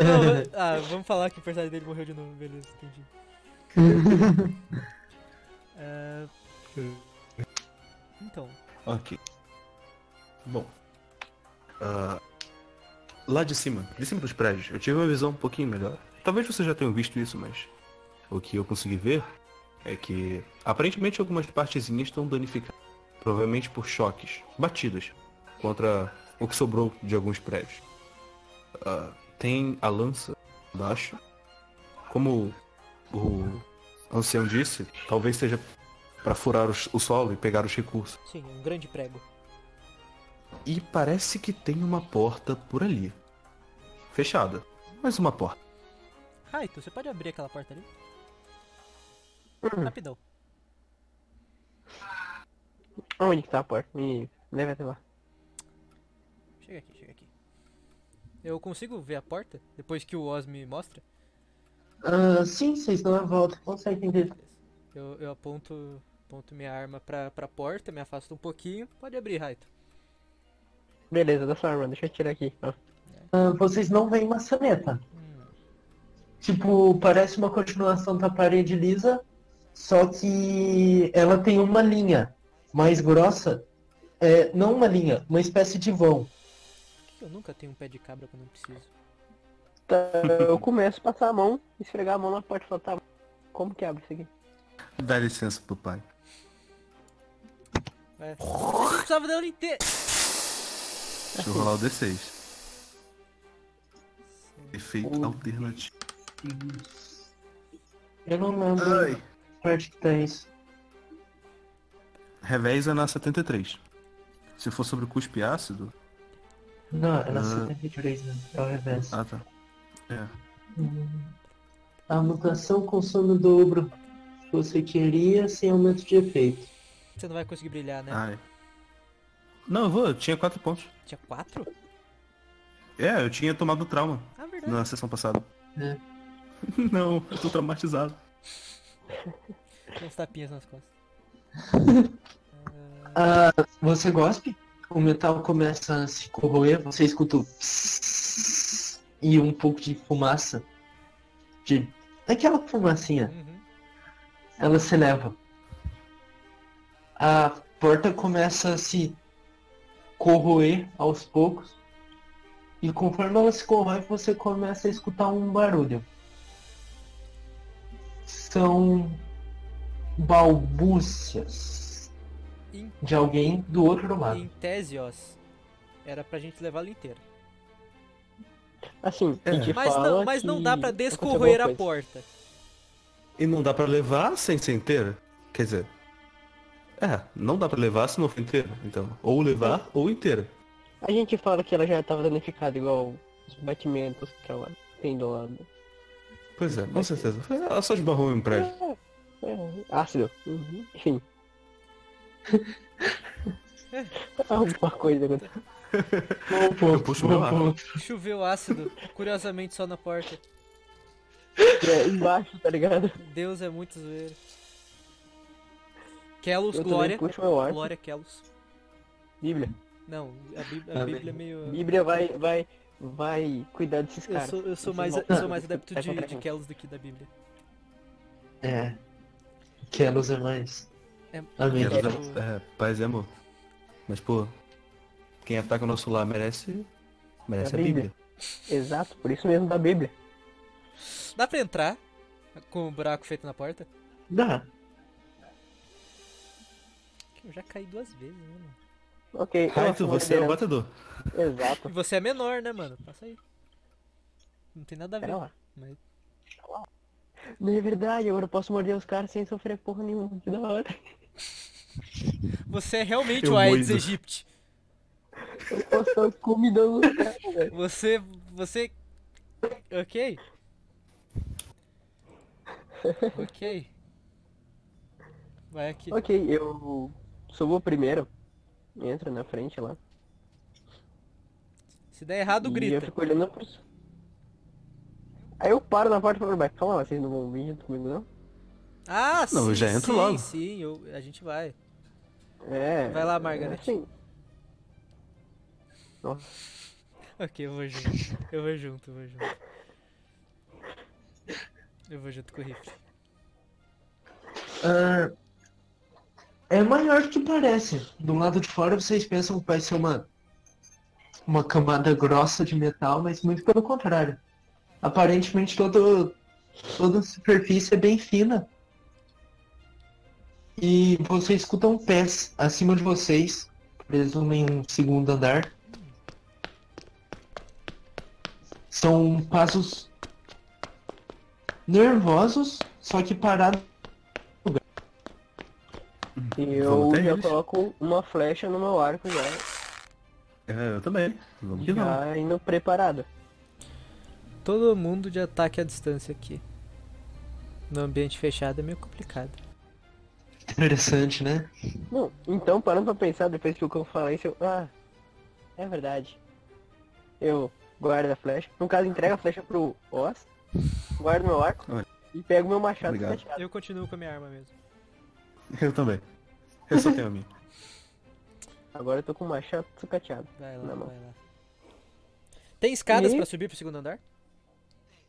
Speaker 1: Não, va- ah, vamos falar que o personagem dele morreu de novo, beleza, entendi. Ah, então,
Speaker 5: Ok. Bom. Ah, lá de cima, de cima dos prédios, eu tive uma visão um pouquinho melhor. Talvez você já tenha visto isso, mas o que eu consegui ver é que aparentemente algumas partezinhas estão danificadas. Provavelmente por choques, batidas, contra o que sobrou de alguns prédios. Ah, tem a lança embaixo. Como o ancião disse, talvez seja para furar os- o solo e pegar os recursos.
Speaker 1: sim, um grande prego.
Speaker 5: E parece que tem uma porta por ali. Fechada. Mais uma porta.
Speaker 1: Ah, então você pode abrir aquela porta ali? Rapidão.
Speaker 3: Onde que tá a porta? Me leva até lá.
Speaker 1: Chega aqui, chega aqui. Eu consigo ver a porta depois que o Oz me mostra?
Speaker 4: Ah, sim, vocês dão a volta, conseguem ver.
Speaker 1: Eu, eu aponto, aponto minha arma pra, pra porta, me afasto um pouquinho. Pode abrir, Raito.
Speaker 3: Beleza, dá sua arma, deixa eu tirar aqui. ó.
Speaker 4: Ah, vocês não veem maçaneta.
Speaker 1: Hum.
Speaker 4: Tipo, parece uma continuação da parede lisa, só que ela tem uma linha mais grossa. É, não uma linha, uma espécie de vão.
Speaker 1: Por que eu nunca tenho um pé de cabra quando eu preciso?
Speaker 3: Tá, eu começo a passar a mão, esfregar a mão na porta e falar, tá, como que abre isso aqui?
Speaker 5: Dá licença pro pai.
Speaker 1: É. Eu precisava dela inteira.
Speaker 5: Deixa eu rolar o D6. Efeito
Speaker 4: Ui.
Speaker 5: alternativo.
Speaker 4: Eu não lembro a parte que tá isso.
Speaker 5: Revés é na 73. Se for sobre o cuspe ácido.
Speaker 4: Não, é na
Speaker 5: Ah.
Speaker 4: 73, né? É o revés.
Speaker 5: Ah tá. É.
Speaker 4: A mutação consome o dobro que você queria sem aumento de efeito.
Speaker 1: Você não vai conseguir brilhar,
Speaker 4: É.
Speaker 1: né?
Speaker 5: Ai. Ah, é. Não, eu vou, eu tinha 4 pontos.
Speaker 3: Ah.
Speaker 1: Tinha quatro?
Speaker 5: É, eu tinha tomado trauma
Speaker 1: Ah, verdade.
Speaker 5: na sessão passada.
Speaker 4: É.
Speaker 5: Não, eu tô traumatizado.
Speaker 1: Tem uns tapinhas nas costas.
Speaker 4: Ah, você gospe? O metal começa a se corroer, você escuta o psss e um pouco de fumaça. De... Aquela fumacinha,
Speaker 1: Uhum.
Speaker 4: ela se eleva. A porta começa a se corroer aos poucos. E conforme ela se corrói, você começa a escutar um barulho. São balbúcias
Speaker 1: Em-
Speaker 4: de alguém do outro
Speaker 3: Ah.
Speaker 4: lado.
Speaker 1: Em tese, Oz, era pra gente levar ela inteira.
Speaker 3: Assim,
Speaker 5: É.
Speaker 3: e te
Speaker 1: Mas
Speaker 3: fala
Speaker 1: não, mas não dá
Speaker 3: que
Speaker 1: pra
Speaker 3: aconteceu
Speaker 1: descorrer a
Speaker 3: alguma coisa.
Speaker 1: porta.
Speaker 5: E não dá pra levar sem ser inteira? Quer dizer. É, não dá pra levar se não for inteira, então. Ou levar ou inteira.
Speaker 3: A gente fala que ela já tava danificada, igual os batimentos que ela tem do lado.
Speaker 5: Pois é, com certeza. Ela só esbarrou em um prédio.
Speaker 3: É, é, ácido. Uhum, Enfim. Alguma coisa aconteceu.
Speaker 4: Bom ponto,
Speaker 5: Eu puxo meu
Speaker 4: bom
Speaker 5: ar.
Speaker 4: ponto.
Speaker 1: Choveu ácido, curiosamente só na porta.
Speaker 3: É, embaixo, tá ligado?
Speaker 1: Deus é muito zoeiro. Kelos,
Speaker 3: Eu
Speaker 1: Glória.
Speaker 3: também puxo meu ar.
Speaker 1: Glória, Kelos.
Speaker 3: Bíblia.
Speaker 1: Não, a Bíblia, a
Speaker 4: Amém.
Speaker 1: Bíblia é meio.
Speaker 3: Bíblia vai, vai, vai cuidar desses
Speaker 1: Eu
Speaker 3: caras.
Speaker 1: sou, eu sou
Speaker 3: Esses
Speaker 1: mais, eu
Speaker 3: malditos.
Speaker 1: sou mais adepto
Speaker 3: É
Speaker 1: de,
Speaker 3: contra
Speaker 1: de
Speaker 3: mim.
Speaker 1: Kelos do que da Bíblia.
Speaker 4: É. Kelos é mais.
Speaker 1: É-
Speaker 4: Amém.
Speaker 5: Era-
Speaker 1: tipo-
Speaker 5: É, paz e amor. Mas, pô, quem ataca o nosso lar merece. Merece a
Speaker 3: É a Bíblia.
Speaker 5: Bíblia.
Speaker 3: Exato, por isso mesmo da Bíblia.
Speaker 1: Dá pra entrar com o buraco feito na porta?
Speaker 4: Dá.
Speaker 1: Que Eu já caí duas vezes, né, mano?
Speaker 3: Ok. eu
Speaker 5: Raito,
Speaker 3: assumo a
Speaker 5: você é o
Speaker 3: liderança.
Speaker 5: batedor.
Speaker 1: E
Speaker 3: Exato.
Speaker 1: você é menor, né, mano? Passa aí. Não tem nada a ver.
Speaker 3: Pera lá.
Speaker 1: Mas-
Speaker 3: Não é verdade, agora eu posso morder os caras sem sofrer porra nenhuma. Que da hora.
Speaker 1: Você é realmente
Speaker 5: Eu
Speaker 1: o Aedes
Speaker 5: moido.
Speaker 1: aegypti.
Speaker 3: Eu posso estar comidando os caras, velho.
Speaker 1: Você. Você. Ok. Ok. Vai aqui.
Speaker 3: Ok, eu subo o primeiro. Entra na frente lá.
Speaker 1: Se der errado,
Speaker 3: e eu
Speaker 1: grita.
Speaker 3: fico olhando pros... Aí eu paro na porta e falo, mas calma lá, vocês não vão vir junto comigo não?
Speaker 1: Ah, sim.
Speaker 5: Não, eu já entro
Speaker 1: sim,
Speaker 5: logo.
Speaker 1: Sim, eu- a gente vai.
Speaker 3: É.
Speaker 1: Vai lá,
Speaker 3: é
Speaker 1: Margaret.
Speaker 3: assim.
Speaker 1: Ok, eu vou junto. Eu vou junto, eu vou junto. Eu vou junto com o rifle.
Speaker 4: Ah, é maior do que parece. Do lado de fora vocês pensam que vai ser uma, uma camada grossa de metal, mas muito pelo contrário. Aparentemente todo, toda a superfície é bem fina. E vocês escutam pés acima de vocês, presumem um segundo andar. São passos nervosos, só que parados.
Speaker 3: E
Speaker 5: Vamos
Speaker 3: eu
Speaker 5: até
Speaker 3: já
Speaker 5: eles.
Speaker 3: coloco uma flecha no meu arco já.
Speaker 5: É, eu também. Vamos que
Speaker 4: Ah.
Speaker 5: não.
Speaker 3: Já indo preparado.
Speaker 1: Todo mundo de ataque à distância aqui. No ambiente fechado é meio complicado.
Speaker 4: Interessante, né?
Speaker 3: Não, então parando pra pensar, depois que o cão fala isso, eu. Ah, é verdade. Eu guardo a flecha. No caso, entrega a flecha pro Oz, guardo meu arco
Speaker 5: Olha.
Speaker 3: e pego meu machado
Speaker 5: Obrigado.
Speaker 3: fechado.
Speaker 1: Eu continuo com a minha arma mesmo.
Speaker 5: Eu também. Eu só tenho a minha.
Speaker 3: Agora eu tô com o machado sucateado.
Speaker 1: Vai lá,
Speaker 3: Na mão.
Speaker 1: vai lá. Tem escadas
Speaker 3: E?
Speaker 1: pra subir pro segundo andar?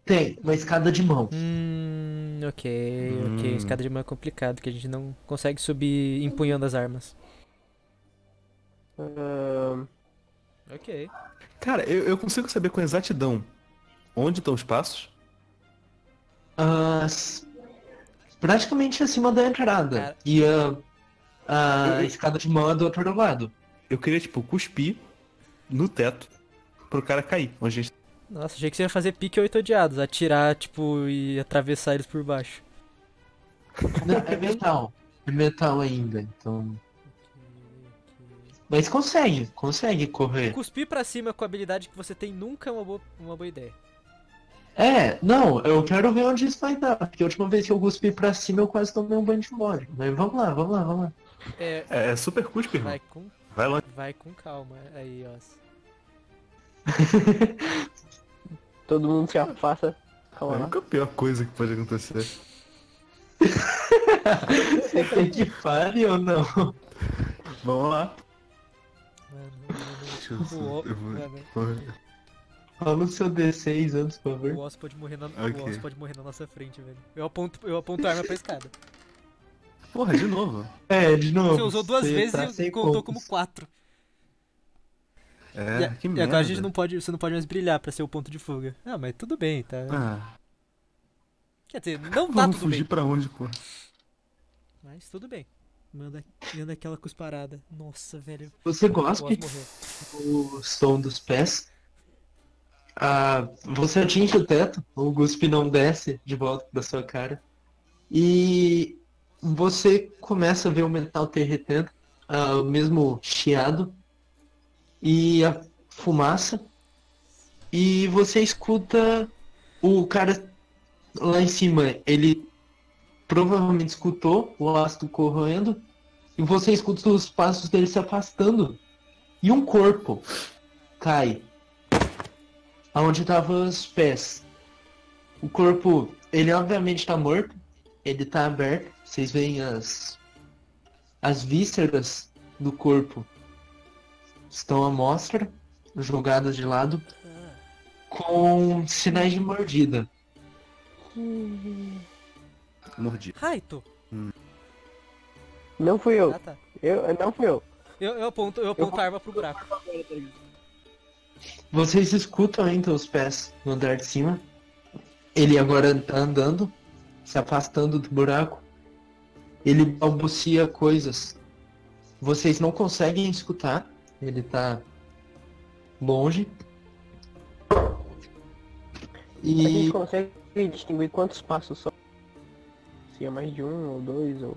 Speaker 4: Tem, uma escada de mão.
Speaker 1: Hum, ok, ok.
Speaker 5: Hum.
Speaker 1: Escada de mão é complicado, que a gente não consegue subir empunhando as armas.
Speaker 3: Ahn,
Speaker 1: Ok.
Speaker 5: Cara, eu, eu consigo saber com exatidão onde estão os passos.
Speaker 4: As- Praticamente acima da entrada.
Speaker 1: Cara.
Speaker 4: E a, a escada de mão é do outro lado.
Speaker 5: Eu queria, tipo, cuspir no teto pro cara cair. Onde a gente...
Speaker 1: Nossa, achei que você ia fazer pique oito odiados, atirar, tipo, e atravessar eles por baixo.
Speaker 4: Não, é metal. É metal ainda, então. Mas consegue, consegue correr.
Speaker 1: Cuspir pra cima com a habilidade que você tem nunca é uma boa, uma boa ideia.
Speaker 4: É, não, eu quero ver onde isso vai dar. Porque a última vez que eu cuspi pra cima eu quase tomei um banho de mole. Mas vamos lá, vamos lá, vamos lá.
Speaker 1: É,
Speaker 5: É, é super cuspe, irmão.
Speaker 1: vai com,
Speaker 5: Vai lá.
Speaker 1: vai com calma aí, ó.
Speaker 3: todo mundo se afasta. Calma
Speaker 5: É
Speaker 3: lá.
Speaker 5: nunca a pior coisa que pode acontecer.
Speaker 4: Você quer É que pare ou não?
Speaker 5: Vamos lá.
Speaker 1: Mano, mano,
Speaker 5: Deixa eu
Speaker 1: o O-
Speaker 5: eu vou-
Speaker 1: mano,
Speaker 5: porra.
Speaker 4: Fala o seu D6 antes, por favor.
Speaker 1: o Oz pode morrer na,
Speaker 5: Ok.
Speaker 1: o Oz pode morrer na nossa frente, velho. Eu aponto, eu aponto a arma pra escada.
Speaker 5: Porra, de novo.
Speaker 4: É, de novo.
Speaker 1: Você usou duas
Speaker 4: você tá
Speaker 1: vezes e
Speaker 4: sem
Speaker 1: contou
Speaker 4: pontos.
Speaker 1: como quatro.
Speaker 5: É,
Speaker 1: e,
Speaker 5: que
Speaker 1: e
Speaker 5: merda.
Speaker 1: agora a gente não pode, você não pode mais brilhar pra ser o ponto de fuga. Ah, mas tudo bem, tá?
Speaker 5: Ah,
Speaker 1: Quer dizer, não tá
Speaker 5: vamos
Speaker 1: tudo
Speaker 5: fugir
Speaker 1: bem,
Speaker 5: pra onde, pô?
Speaker 1: mas tudo bem. Manda, manda aquela cusparada. Nossa, velho.
Speaker 4: Você
Speaker 1: O Oz
Speaker 4: gosta
Speaker 1: morreu.
Speaker 4: o som dos pés. Ah, você atinge o teto, o guspe não desce de volta da sua cara. E você começa a ver o metal derretendo, ah, o mesmo chiado e a fumaça. E você escuta o cara lá em cima, ele provavelmente escutou o ácido corroendo. E você escuta os passos dele se afastando e um corpo cai aonde estavam os pés. O corpo, ele obviamente tá morto, ele tá aberto, vocês veem as as vísceras do corpo estão à mostra, jogadas de lado, com sinais de mordida.
Speaker 5: Mordi.
Speaker 1: Raito!
Speaker 3: Não fui eu.
Speaker 1: Ah, tá.
Speaker 3: Eu não fui eu.
Speaker 1: Eu, eu aponto, eu aponto a arma pro buraco.
Speaker 4: Vocês escutam ainda os pés no andar de cima. Ele agora tá andando, se afastando do buraco. Ele balbucia coisas. Vocês não conseguem escutar. Ele tá longe.
Speaker 3: A gente
Speaker 4: E
Speaker 3: consegue distinguir quantos passos só. Se é mais de um ou dois ou.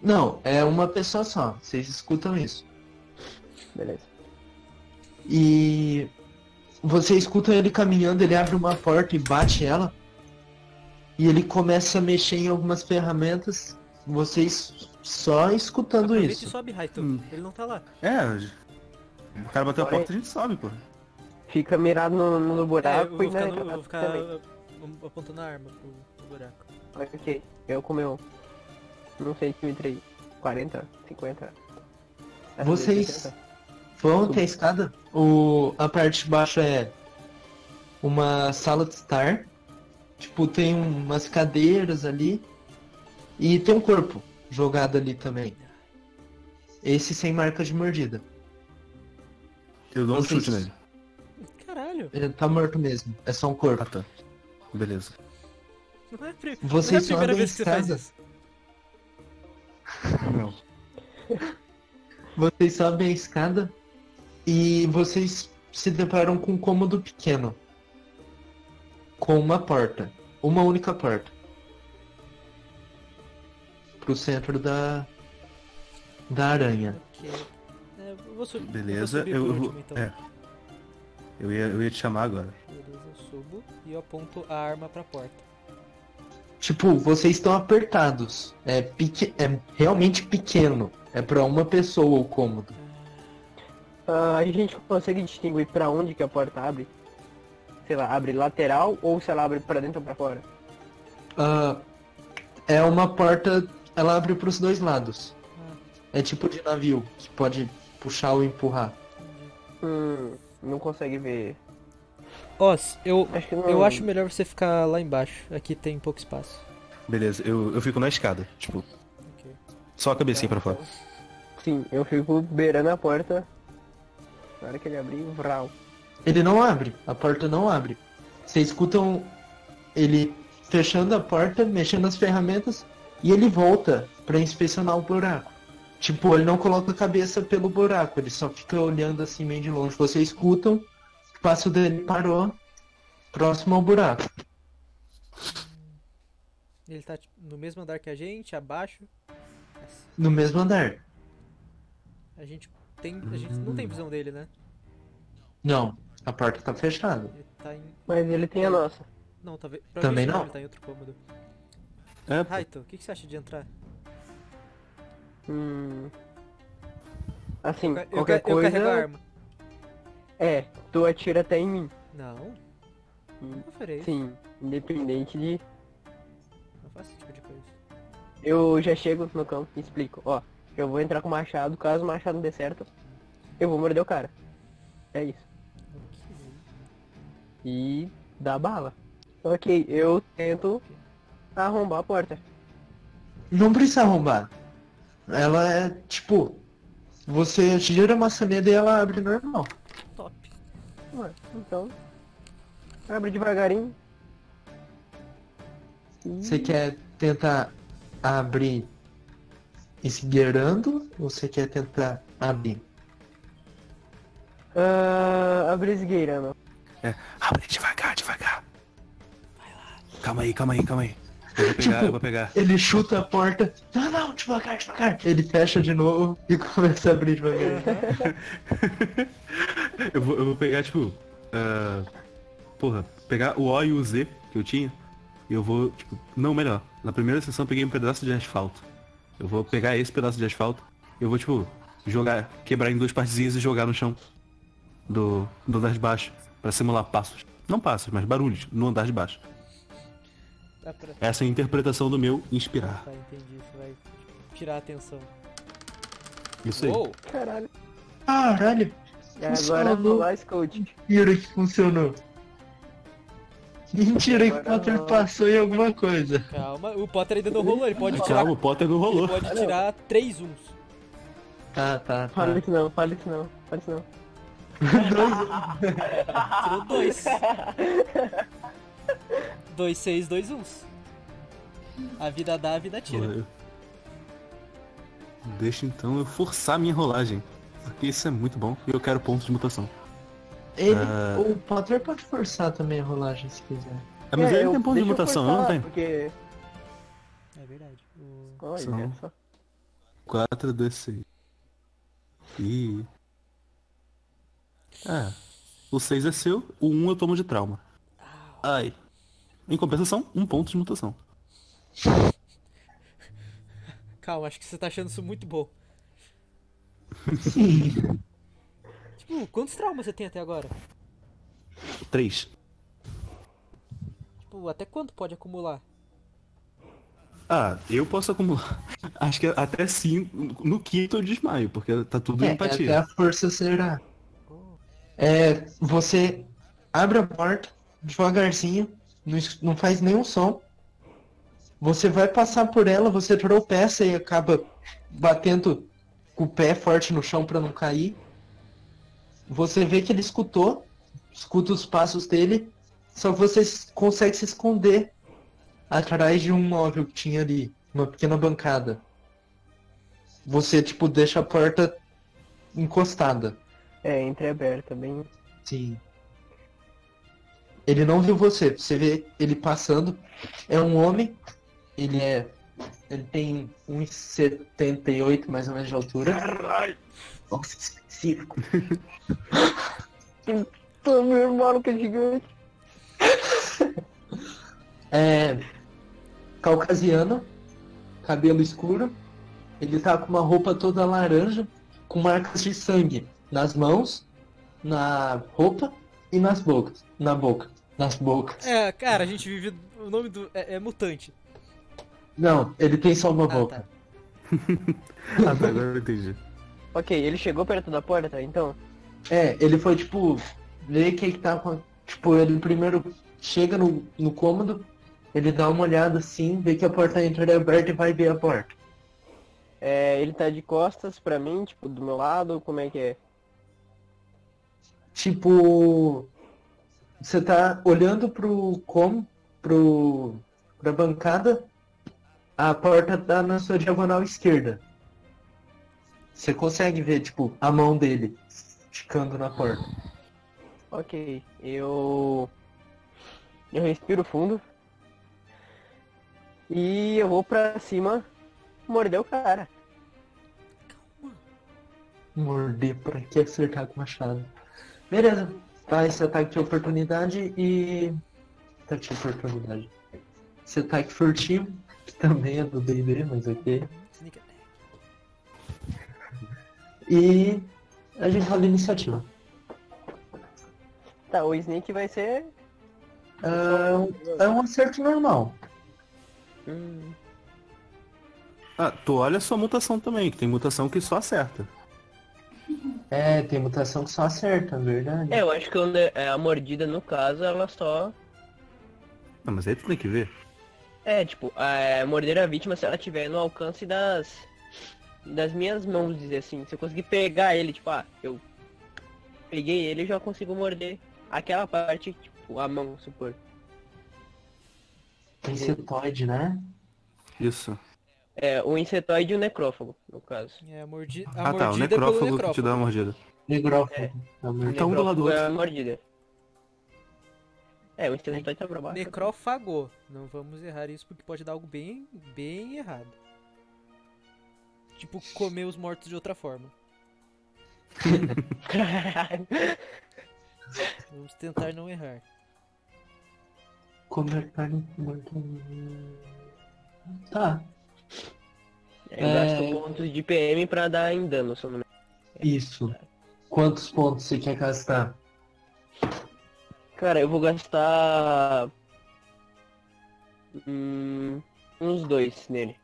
Speaker 4: não, é uma pessoa só. Vocês escutam isso.
Speaker 3: Beleza.
Speaker 4: E você escuta ele caminhando, ele abre uma porta e bate ela. E ele começa a mexer em algumas ferramentas. vocês só escutando
Speaker 1: Aproveita e
Speaker 4: isso.
Speaker 1: sobe, Raito.
Speaker 5: Hum.
Speaker 1: Ele não tá lá.
Speaker 5: É, o cara bateu a
Speaker 3: Olha aí.
Speaker 5: porta e a gente sobe, pô.
Speaker 3: Fica mirado no, no
Speaker 1: É, eu
Speaker 3: buraco
Speaker 1: vou
Speaker 3: e né, tá na
Speaker 1: ficar, no, eu vou
Speaker 3: entrada
Speaker 1: ficar
Speaker 3: também.
Speaker 1: uh, apontando a arma pro, pro buraco.
Speaker 3: Ok, eu com meu. um Não sei que me entrei. 40, 50. Às
Speaker 4: Vocês-
Speaker 3: vezes 60.
Speaker 4: Vão até a escada. O, a parte de baixo é uma sala de estar. Tipo, tem umas cadeiras ali. E tem um corpo jogado ali também. Esse sem marca de mordida.
Speaker 5: Eu dou um
Speaker 4: Vocês-
Speaker 5: chute nele.
Speaker 1: Caralho,
Speaker 4: Ele tá morto mesmo. É só um
Speaker 5: Ah,
Speaker 4: corpo.
Speaker 5: tá. Beleza.
Speaker 1: não é, a pri- não é
Speaker 4: Vocês
Speaker 1: a primeira
Speaker 4: sobem a
Speaker 1: vez que você faz
Speaker 4: escada.
Speaker 1: isso.
Speaker 5: Não.
Speaker 4: Vocês sobem a escada. E vocês se deparam com um cômodo pequeno. Com uma porta. Uma única porta. Pro centro da. Da aranha.
Speaker 1: Ok. É, eu vou subir.
Speaker 5: Beleza,
Speaker 1: eu
Speaker 5: eu,
Speaker 1: vou.
Speaker 5: eu
Speaker 1: subir por
Speaker 5: vou.
Speaker 1: último, então.
Speaker 5: É. Eu ia, eu ia te chamar agora.
Speaker 1: Beleza, eu subo e eu aponto a arma pra porta.
Speaker 4: Tipo, vocês estão apertados. É, peque... é realmente pequeno. É pra uma pessoa o cômodo.
Speaker 3: Ah, a gente consegue distinguir pra onde que a porta abre? Sei lá, abre lateral ou se ela abre pra dentro ou pra fora?
Speaker 4: Ah, é uma porta. Ela abre pros dois lados.
Speaker 1: Ah.
Speaker 4: É tipo de navio, que pode puxar ou empurrar.
Speaker 3: Hum, não consegue ver.
Speaker 1: Ó, eu,
Speaker 3: Acho que não.
Speaker 1: eu acho melhor você ficar lá embaixo. Aqui tem pouco espaço.
Speaker 5: Beleza, eu, eu fico na escada. Tipo,
Speaker 1: Ok. É,
Speaker 5: só a cabecinha pra fora.
Speaker 3: Sim, eu fico beirando a porta. Na hora que ele abrir, vral.
Speaker 4: Ele não abre, a porta não abre. Vocês escutam ele fechando a porta, mexendo as ferramentas e ele volta pra inspecionar o buraco. Tipo, ele não coloca a cabeça pelo buraco, ele só fica olhando assim meio de longe. Vocês escutam, o passo dele parou, próximo ao buraco.
Speaker 1: Ele tá tipo, no mesmo andar que a gente, abaixo. Nossa,
Speaker 4: No mesmo andar.
Speaker 1: A gente tem. A gente não
Speaker 5: Hum.
Speaker 1: tem visão dele, né?
Speaker 4: Não, a porta tá fechada.
Speaker 1: Ele tá em.
Speaker 3: Mas ele tem a nossa.
Speaker 1: Não, talvez.
Speaker 4: Também
Speaker 1: provavelmente
Speaker 4: não.
Speaker 1: Ele tá em outro cômodo.
Speaker 5: É, pô.
Speaker 1: Raito, o que, que você acha de entrar?
Speaker 3: Hum. Assim,
Speaker 1: Eu, ca-
Speaker 3: qualquer
Speaker 1: eu, ca- eu
Speaker 3: coisa.
Speaker 1: carrego a arma.
Speaker 3: É, tu atira até em mim.
Speaker 1: Não.
Speaker 3: Hum,
Speaker 1: Não farei isso.
Speaker 3: Sim, independente de.
Speaker 1: Não faço esse tipo de coisa.
Speaker 3: Eu já chego no campo e explico. Ó, eu vou entrar com o machado, caso o machado dê certo, eu vou morder o cara. É isso.
Speaker 1: Ok.
Speaker 3: E dá bala. Ok, eu tento arrombar a porta.
Speaker 4: Não precisa arrombar. Ela é tipo. Você gira a maçaneta e ela abre normal.
Speaker 1: Top.
Speaker 3: Ué, então. Abre devagarinho. E
Speaker 4: Você quer tentar abrir esgueirando ou você quer tentar abrir?
Speaker 3: Ah, abre esgueirando.
Speaker 5: Abre devagar, devagar. Calma aí, calma aí, calma aí. Eu vou pegar,
Speaker 4: Tipo-
Speaker 5: eu vou pegar.
Speaker 4: Ele chuta a porta, não, não, devagar, devagar. Ele fecha de novo e começa a abrir devagar.
Speaker 5: Eu vou, eu vou pegar, tipo. ah, porra, pegar o O e o Z que eu tinha. E eu vou, tipo. Não, melhor. Na primeira sessão eu peguei um pedaço de asfalto. Eu vou pegar esse pedaço de asfalto. Eu vou, tipo, jogar. Quebrar em duas partezinhas e jogar no chão. Do, do andar de baixo. Pra simular passos. Não passos, mas barulhos no andar de baixo.
Speaker 1: Dá pra.
Speaker 5: Essa é a interpretação do meu inspirar.
Speaker 1: Tá, entendi. Você vai tipo, tirar a atenção.
Speaker 5: Isso aí.
Speaker 1: Uou!
Speaker 3: Caralho.
Speaker 4: Caralho,
Speaker 3: E É, agora
Speaker 4: Funcionou.
Speaker 3: pular scout.
Speaker 4: mentira que funcionou. Mentira que o
Speaker 3: Agora
Speaker 4: Potter
Speaker 3: não.
Speaker 4: passou em alguma coisa.
Speaker 1: Calma, o Potter ainda não rolou, ele pode tirar.
Speaker 5: Tirar o Potter não
Speaker 1: Ele
Speaker 5: rolou.
Speaker 1: pode tirar três uns.
Speaker 4: Tá, tá, tá.
Speaker 3: Fala isso não, fala isso não, fala isso não.
Speaker 1: Tirou dois. dois, seis, dois uns. A vida dá, a vida tira.
Speaker 5: Porra, eu- Deixa então eu forçar minha rolagem. Porque isso é muito bom e eu quero pontos de mutação.
Speaker 4: Ele,
Speaker 5: Ah.
Speaker 4: O Potter pode forçar também a rolagem se quiser.
Speaker 5: É, mas
Speaker 3: É,
Speaker 5: ele
Speaker 3: eu-
Speaker 5: tem ponto de
Speaker 3: deixa eu
Speaker 5: mutação, eu não
Speaker 3: cortar,
Speaker 5: tenho.
Speaker 3: Porque.
Speaker 1: É verdade. O-
Speaker 3: Olha é
Speaker 5: São-
Speaker 3: só.
Speaker 5: 4, 2, 6. E. É. O 6 é seu, o 1 eu tomo de trauma. Ai. Em compensação, um ponto de mutação.
Speaker 1: Calma, acho que você tá achando isso muito bom. tipo, quantos traumas você tem até agora?
Speaker 5: Três.
Speaker 1: Tipo, até quanto pode acumular?
Speaker 5: Ah, eu posso acumular. Acho que até cinco. No quinto eu desmaio, porque tá tudo em
Speaker 4: É, até
Speaker 5: empatia.
Speaker 4: a força será.
Speaker 1: Oh.
Speaker 4: É, você abre a porta devagarzinho, não, es- não faz nenhum som. Você vai passar por ela, você tropeça e acaba batendo com o pé forte no chão pra não cair. Você vê que ele escutou, escuta os passos dele, só que você s- consegue se esconder atrás de um móvel que tinha ali, uma pequena bancada. Você, tipo, deixa a porta encostada.
Speaker 3: É, entreaberta, bem.
Speaker 4: Sim. Ele não viu você. Você vê ele passando. É um homem. Ele é. Ele tem 1,78 mais ou menos de altura.
Speaker 2: Caralho!
Speaker 4: Nossa, específico.
Speaker 3: Pô, meu irmão que é gigante.
Speaker 4: É. Caucasiano. Cabelo escuro. Ele tá com uma roupa toda laranja. Com marcas de sangue. Nas mãos. Na roupa. E nas bocas. Na boca. Nas bocas.
Speaker 1: É, cara, a gente vive. O nome do. É, é mutante.
Speaker 4: Não, ele tem só uma
Speaker 1: tá.
Speaker 4: boca.
Speaker 3: é,
Speaker 5: Ah, tá, agora eu entendi.
Speaker 3: Ok, ele chegou perto da porta, então.
Speaker 4: É, ele foi tipo, ver que ele tá com. a- Tipo, ele primeiro chega no, no cômodo, ele dá uma olhada assim, vê que a porta tá entreaberta e vai ver a porta.
Speaker 3: É, ele tá de costas pra mim, tipo, do meu lado, como é que é?
Speaker 4: Tipo, você tá olhando pro com, pro pra bancada, a porta tá na sua diagonal esquerda. Você consegue ver, tipo, a mão dele esticando na porta.
Speaker 3: Ok, eu. Eu respiro fundo. E eu vou pra cima morder o cara.
Speaker 4: Morder pra que acertar com o machado. Beleza. Tá esse ataque de oportunidade e. Ataque de oportunidade. Esse ataque furtivo, que também é do DD, mas ok.
Speaker 1: Sneak attack.
Speaker 4: E a gente rola a iniciativa.
Speaker 3: Tá, o Snake vai ser.
Speaker 4: É um- é um acerto normal.
Speaker 3: Hum,
Speaker 5: Ah, tu olha a sua mutação também, que tem mutação que só acerta.
Speaker 4: É, tem mutação que só acerta, na verdade.
Speaker 3: É, eu acho que quando é- é a mordida, no caso, ela só.
Speaker 5: Não, Ah, mas aí tu tem que ver.
Speaker 3: É, tipo, é, morder a vítima se ela tiver no alcance das. Das minhas mãos, dizer assim. Se eu conseguir pegar ele, tipo, ah, eu. Peguei ele, eu já consigo morder aquela parte, tipo, a mão, supor.
Speaker 4: Tem cetoide, né?
Speaker 5: Isso.
Speaker 3: É, o insetoide e o necrófago, no caso.
Speaker 1: É, a, mordi... a
Speaker 5: Ah, tá, o
Speaker 1: mordida é pelo
Speaker 5: necrófago que te
Speaker 1: necrófago.
Speaker 5: dá uma mordida.
Speaker 4: Negrófago.
Speaker 3: É.
Speaker 4: na verdade.
Speaker 5: Então, um do lado do
Speaker 3: Necrófago é
Speaker 5: outro.
Speaker 3: a mordida. É, o insetoide tá pra baixo.
Speaker 1: Necrófago. Não vamos errar isso porque pode dar algo bem, bem errado. Tipo, comer os mortos de outra forma.
Speaker 3: Caralho.
Speaker 1: Vamos tentar não errar.
Speaker 4: Comer carne morta. Tá,
Speaker 3: Eu gasto É, pontos de PM pra dar em dano, se eu não me
Speaker 4: isso. Quantos pontos você quer gastar?
Speaker 3: Cara, eu vou gastar. Hum, uns dois nele.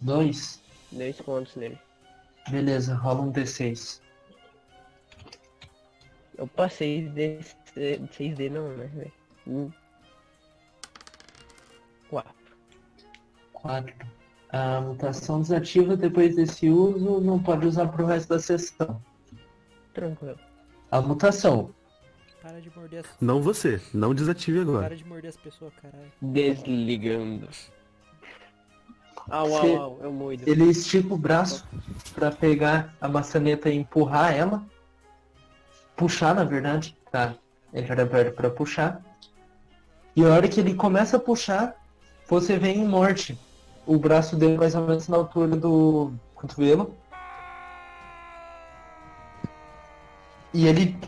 Speaker 4: Dois?
Speaker 3: Dois pontos nele.
Speaker 4: Beleza, rola um D6.
Speaker 3: Eu passei de 6D não, né, velho? Hum. Quatro.
Speaker 4: 4. A mutação desativa depois desse uso, não pode usar pro resto da sessão.
Speaker 3: Tranquilo.
Speaker 4: A mutação.
Speaker 1: Para de morder as,
Speaker 5: Não é. você, não desative agora.
Speaker 1: para de morder as pessoas, caralho.
Speaker 3: Desligando. Au,
Speaker 4: Se-
Speaker 3: au, au, eu moido.
Speaker 4: Ele estica o braço pra pegar a maçaneta e empurrar ela. Puxar, na verdade. Tá. Ele era aberto pra puxar. E a hora que ele começa a puxar, você vê em morte. O braço dele mais ou menos na altura do cotovelo. E ele,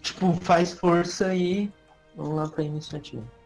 Speaker 4: tipo, faz força e. Vamos lá pra iniciativa.